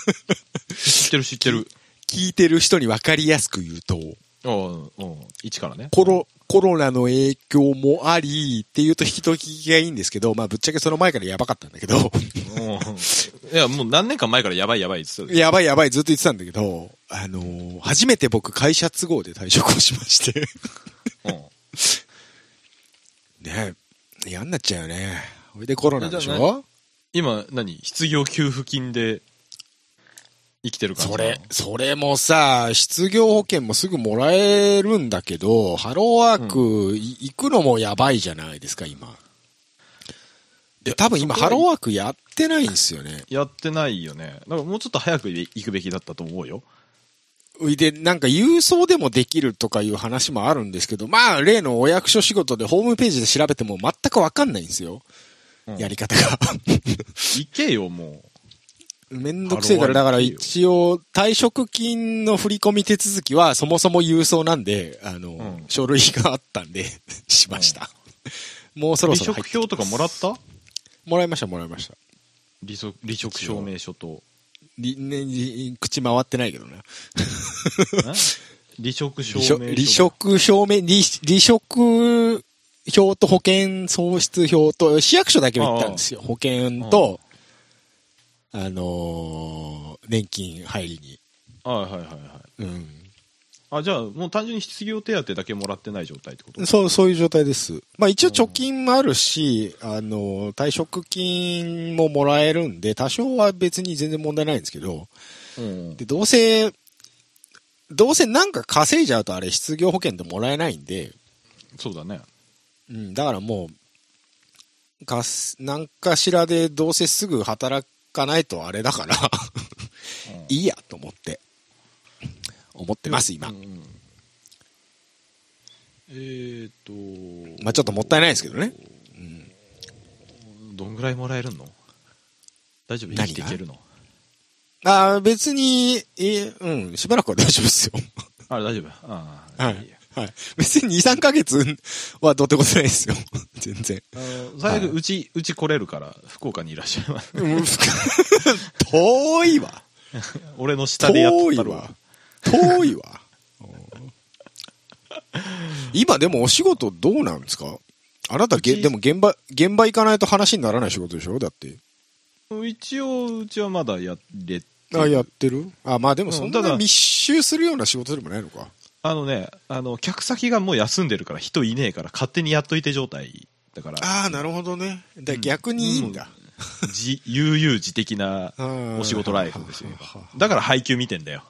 B: 知ってる知ってる。
A: 聞いてる人にわかりやすく言うと、
B: ああ、うん。1からね。
A: コロ、コロナの影響もあり、っていうと引き解きがいいんですけど、まあぶっちゃけその前からやばかったんだけど、
B: うんいや、もう何年か前からやばいやばいって言って
A: やばいやばいずっと言ってたんだけど、あのー初めて僕会社都合で退職をしまして、 *laughs*
B: たよ
A: ね、嫌になっちゃうよね。ほいでコロナでしょ
B: 今、何失業給付金で生きてる感じ
A: そ
B: なの
A: れ、それもさ、失業保険もすぐもらえるんだけど、ハローワークい行くのもやばいじゃないですか、今。で、多分今、
B: そこは
A: ハローワークやってないんですよね。
B: やってないよね。だからもうちょっと早く行くべきだったと思うよ。
A: ういで、なんか郵送でもできるとかいう話もあるんですけど、まあ、例のお役所仕事でホームページで調べても全
B: *laughs*
A: くわかんないんですよ。
B: うん
A: やり方が。
B: 行けよ、も
A: めんどくせえから、だから一応、退職金の振り込み手続きはそもそも郵送なんで、あの、
B: ん
A: 書類があったんで、 *laughs* しました。もう *laughs* そろ
B: 離
A: そろ入
B: 職
A: って
B: 票とかもらった
A: もらいました、もらいました。
B: 離職離職証明書と。
A: りねり口回ってないけどな。
B: ん *laughs* 離職証
A: 離職。
B: 明書
A: 離職証明、離離職票と保険喪失票と、市役所だけは行ったんですよ。保険と、あのー年金入りに。
B: はいはいはいはい。
A: うん。
B: あ、じゃあ、もう単純に失業手当だけもらってない状態ってこと
A: そう、そういう状態です。まあ一応貯金もあるし、あの、退職金ももらえるんで、多少は別に全然問題ないんですけど、
B: うん。
A: で、どうせ、どうせなんか稼いじゃうとあれ失業保険でもらえないんで、
B: そうだね。
A: うん、だからもう、かす、なんかしらでどうせすぐ働かないとあれだから、 *laughs* いいやと思って、思ってます、今
B: う。んえーっと、
A: まあちょっともったいないですけどね。
B: どんぐらいもらえるの大丈夫
A: 何
B: 生
A: が
B: きていけるの
A: ああ、別に、えうん、しばらくは大丈夫ですよ。 *laughs*
B: あれ大丈夫ああ、
A: はいい
B: や。
A: はい。別に2、3ヶ月はどうってことないですよ。 *laughs* 全然。
B: あの最悪、うち、うち来れるから、福岡にいらっしゃいます。 *laughs*
A: うん *laughs* 遠いわ。
B: 俺の下でやっ
A: 遠い
B: たる
A: わ。遠いわ。 *laughs* 今でもお仕事どうなんですかあなたげ、
B: うち
A: でも現場、現場行かないと話にならない仕事でしょだって。
B: 一応、うちはまだやれて
A: あ、やってるあ、まあでもそん
B: うんた
A: な
B: だ
A: 密集するような仕事でもないのか。
B: あのね、あの、客先がもう休んでるから、人いねえから、勝手にやっといて状態だから、
A: ああ、なるほどね。だ逆にいいんだ。
B: 自悠々自適なお仕事ライフですよ。だから配給見てんだよ。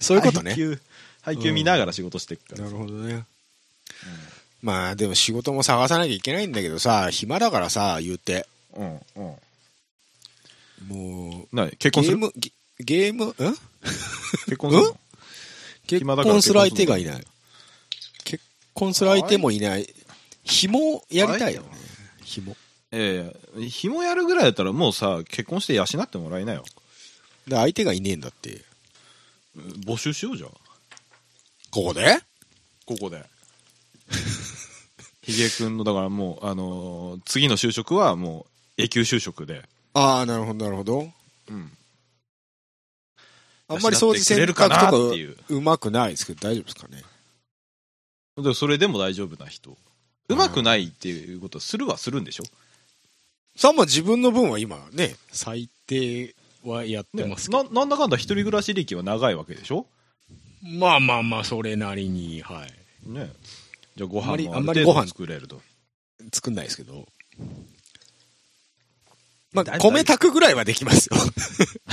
A: そういうことね
B: 配。給、配給見ながら仕事してっから。
A: なるほどね。まあでも仕事も探さなきゃいけないんだけどさ、暇だからさ、言うて。
B: うん、うん。
A: もう、
B: なに結婚す
A: ゲー
B: る
A: ム、ゲゲーム、ん
B: 結婚するの
A: うん結
B: 暇だか
A: 婚
B: ら結婚
A: す
B: す
A: る
B: る
A: 相手がいない。結婚する相手もいない。紐やりたいよね。紐。
B: ええ紐やるぐらいだったらもうさ、結婚して養ってもらいなよ。
A: で、相手がいねえんだって。
B: 募集しようじゃん。
A: ここで *laughs*
B: ここで。ひげくんの、だからもう、あのー次の就職はもう永久就職で。
A: ああ、なるほど、なるほど。
B: うん。
A: あんまり掃除洗濯とか
B: 養ってくれるかなっていう
A: うまくないですけど、大丈夫ですかね。
B: でもそれでも大丈夫な人。うまくないっていうことはするはするんでしょ
A: さあまあ自分の分は今ね、最低はやって
B: で
A: ま
B: も
A: すけど
B: ななんだかんだ一人暮らし歴は長いわけでしょ
A: まあまあまあ、それなりに、はい。
B: ねじゃあご
A: あんま
B: 飯
A: り
B: も
A: あ
B: あ
A: ん
B: る
A: まり
B: 程
A: ご
B: 度
A: 飯
B: 作れると。
A: 作んないですけど。まあ、
B: だ
A: 米炊くぐらいはできますよ。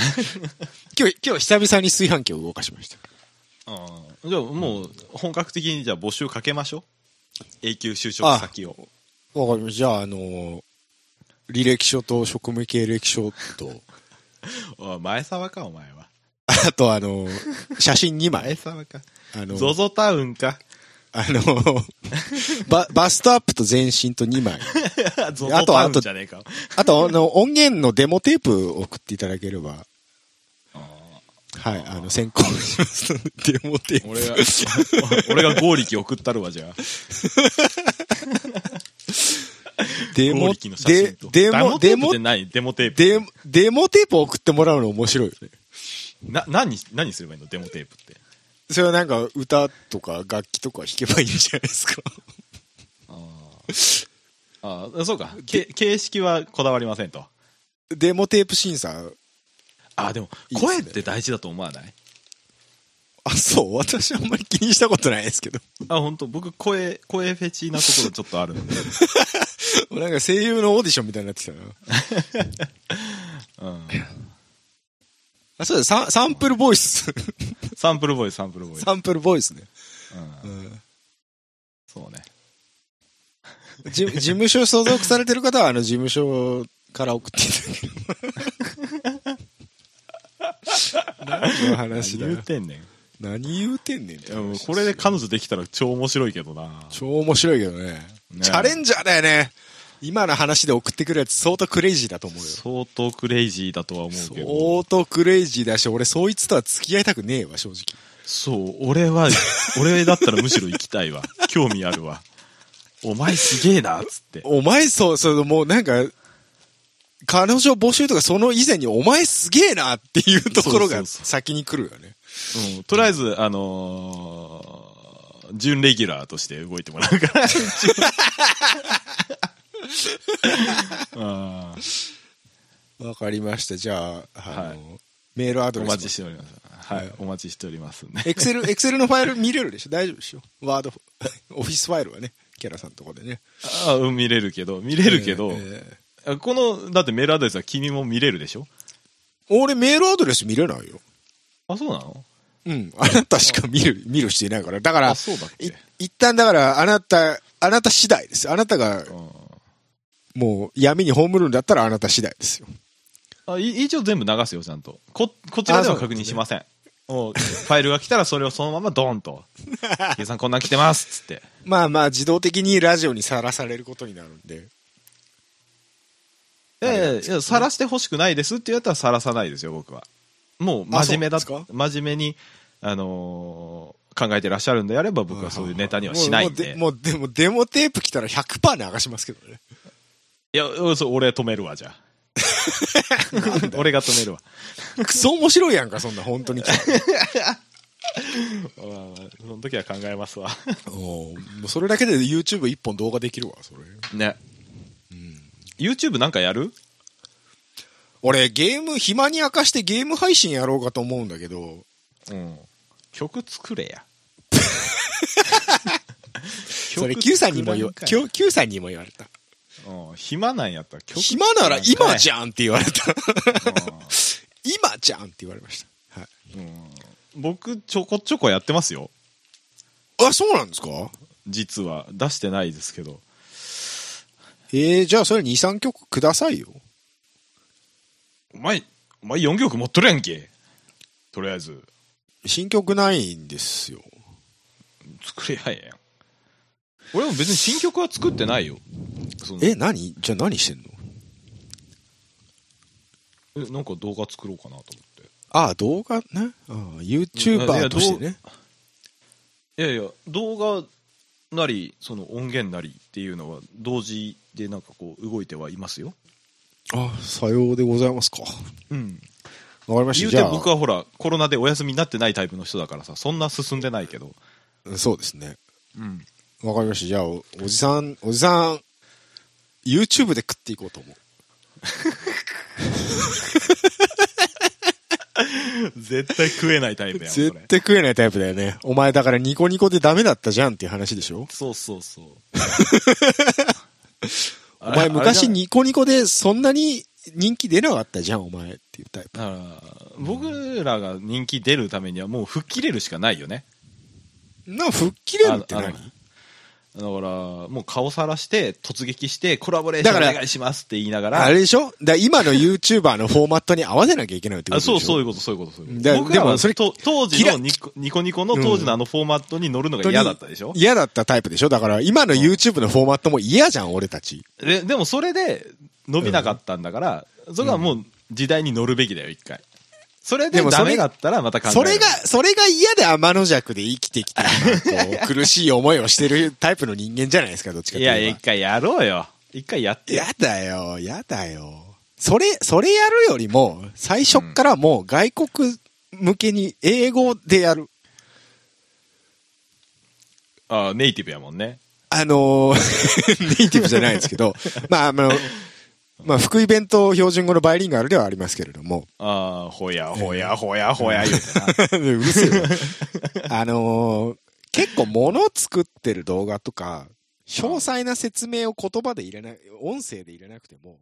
A: *laughs* 今日、今日久々に炊飯器を動かしました。
B: ああじゃあもう本格的にじゃあ募集かけましょう。永久就職先を。
A: わかりました。じゃあ、あのー履歴書と職務経歴書と、 *laughs*
B: おい前沢かお前は。
A: あとあのー写真2枚。
B: 沢か。
A: あのー
B: ゾゾタウンか。 *laughs*
A: あの *laughs* ーバ、バストアップと全身と2枚。
B: ゾ
A: あと
B: ゾタ
A: あ
B: ウン
A: と
B: じゃねえか。
A: あと、あの、音源のデモテープを送っていただければ、はい、あの、先行しますので、デモテープ。
B: 俺が、 *laughs* 俺が剛力送ったるわ、じゃあ。
A: デ
B: 剛
A: モ、
B: 力の写真
A: で
B: と。
A: デモ、デ
B: デモテープ
A: モ
B: って、何デモテープ。
A: デモ、デモテープを送ってもらうの面白いよね。
B: な、何、何すればいいのデモテープって。
A: それはなんか歌とか楽器とか弾けばいいんじゃないですか。
B: ああ、そうか。け形式はこだわりませんと。
A: デモテープ審査。
B: ああ、でも、
A: いいですね
B: 声って大事だと思わない
A: あ、そう、私あんまり気にしたことないですけど。 *laughs*
B: あ、本当僕、声、声フェチなところちょっとあるんで。
A: なんか声優のオーディションみたいになってきたな。
B: うん。
A: あ、そうだ、サンサンプルボイス。
B: サンプルボーイ、サンプルボーイ。
A: サンプルボイスね。
B: う。
A: うんん
B: そうね。
A: *laughs* じ事務所所属されてる方は、あの、事務所から送っていただけ *laughs* れば。何の話だ
B: 何言うてんねん。
A: 何言うてんねんって
B: いやもう
A: 話
B: これで彼女できたら超面白いけどな。
A: 超面白いけどね
B: ね
A: チャレンジャーだよね。今の話で送ってくるやつ相当クレイジーだと思うよ。
B: 相当クレイジーだとは思うけど。
A: 相当クレイジーだし、俺そいつとは付き合いたくねえわ、正直。
B: そう、俺 *laughs* は、俺だったらむしろ行きたいわ。興味あるわ。お前すげえな、つって。
A: お前そう、そのもうなんか、彼女募集とかその以前にお前すげえなっていうところ
B: そ
A: が
B: うそうそう
A: 先に来るよね。
B: うん、とりあえず、あのー準レギュラーとして動いてもらう *laughs* から。あー
A: わかりました。じゃあ、あの、
B: はい
A: メールアド
B: お
A: レス。
B: 待ちしております。はい、お待ちしておりますんで。
A: エクセル、 *laughs* エクセルのファイル見れるでしょ大丈夫でしょワード、オフ *laughs* ィスファイルはね、キャラさんのとこでね。
B: あうん見れるけど、見れるけど、
A: えーえ
B: あこの、だってメールアドレスは君も見れるでしょ
A: ー俺メールアドレス見れないよ。
B: あ、そうなの
A: うん。あなたしか見る、見る人いないから。だから
B: あ、そうだっけ
A: い一旦だから、あなた、あなた次第です。あなたが
B: うん
A: もう闇に葬るんだったらあなた次第ですよ。
B: あい一応全部流すよ、ちゃんと。こ、こちらでは確認しません。もうファイルが来たらそれをそのままドーン *laughs* と。計さんこんなん来てます、つって。
A: まあまあ、自動的にラジオにさらされることになるんで。
B: いやいやいや、さらしてほしくないですって言ったらさらさないですよ、僕は。もう真面目だ、
A: あそうなん
B: 真
A: で
B: 面目に、あのー考えてらっしゃるんであれば、僕はそういうネタにはしないんで。
A: もう、もうでもう、でもデモテープ来たら100%流しますけどね。
B: いや、そう俺止めるわ、 *laughs* じゃあ。俺が止めるわ。
A: *laughs* クソ面白いやんか、そんな、 *laughs* 本当に。
B: まあまあその時は考えますわ。
A: おーもうそれだけで YouTube 一本動画できるわ、それ。
B: ね。YouTube なんかやる
A: 俺、ゲーム、暇に明かしてゲーム配信やろうかと思うんだけど、
B: うん。曲作れや。
A: *laughs* それ Q さんにも言わ、
B: 曲作らん
A: Q, Q さんにも言われた。
B: うん、暇なんやったら曲
A: 暇なら今じ
B: ゃん
A: ゃんって言われた。 *laughs* 今じゃんって言われました。はい。
B: 僕ちょこちょこやってますよ
A: あ、そうなんですか
B: 実は出してないですけど
A: えー、じゃあそれ2、3曲くださいよ。
B: お前お前4曲持っとるやんけとりあえず
A: 新曲ないんですよ。
B: 作れやいやん俺も別に新曲は作ってないよその
A: え、何じゃあ何してんの
B: えなんか動画作ろうかなと思って
A: ああ、動画ね。ああ、
B: いや
A: YouTuber としてね。
B: いやいや動画なりその音源なりっていうのは同時でなんかこう動いてはいますよ
A: ああ、さようでございますか。
B: うん
A: わかりまし
B: 言
A: た。じゃ
B: うて
A: あ、
B: 僕はほらコロナでお休みになってないタイプの人だからさそんな進んでないけど
A: うんそうですね。
B: うん
A: わかりました。じゃあお、おじさん、おじさん、YouTube で食っていこうと思う。
B: *laughs* 絶対食えないタイプやん
A: 絶対食えないタイプだよね。お前だからニコニコでダメだったじゃんっていう話でしょ
B: そうそうそう
A: *laughs* お前昔
B: に
A: ニコニコでそんなに人気出なかったじゃん、お前っていうタイプ。
B: だから僕らが人気出るためにはもう吹っ切れるしかないよね
A: な、吹っ切れるって
B: ああ
A: 何
B: のだからもう顔さらして突撃してコラボレーション
A: だから
B: お願いしますって言いながら
A: あれでしょだから今の YouTuber のフォーマットに合わせなきゃいけないってこ
B: あ
A: とでし
B: そ
A: ょ
B: うそういうことそういうことそういうこと
A: だ
B: 僕ら
A: で
B: は
A: もそれ
B: と当時の
A: キラ
B: ニコニコニコの当時のあのフォーマットに乗るのが嫌だったでしょ、
A: 嫌だったタイプでしょだから今の YouTube のフォーマットも嫌じゃん、俺たち。
B: ででもそれで伸びなかったんだから、それはもう時代に乗るべきだよ一回それで
A: でもそ
B: ダ
A: れ
B: メだったらまた考える
A: それが、それが嫌で天の弱で生きてきて、今
B: *laughs*
A: こう苦しい思いをしてるタイプの人間じゃないですか、どっちかっ
B: い
A: ていう
B: や
A: と。
B: 一回やろうよ一回やって
A: やだよ、やだよ。それ、それやるよりも、最初っからもう外国向けに英語でやる。
B: あネイティブやもんね
A: あのー *laughs* ネイティブじゃないですけ *laughs* ど、まあ、あの、まあ、福井弁と標準語のバイリンガルではありますけれども、
B: あほやほやほやほや言うてな
A: *laughs* うるせえわ *laughs* あのー結構物作ってる動画とか、詳細な説明を言葉で入れない、音声で入れなくても、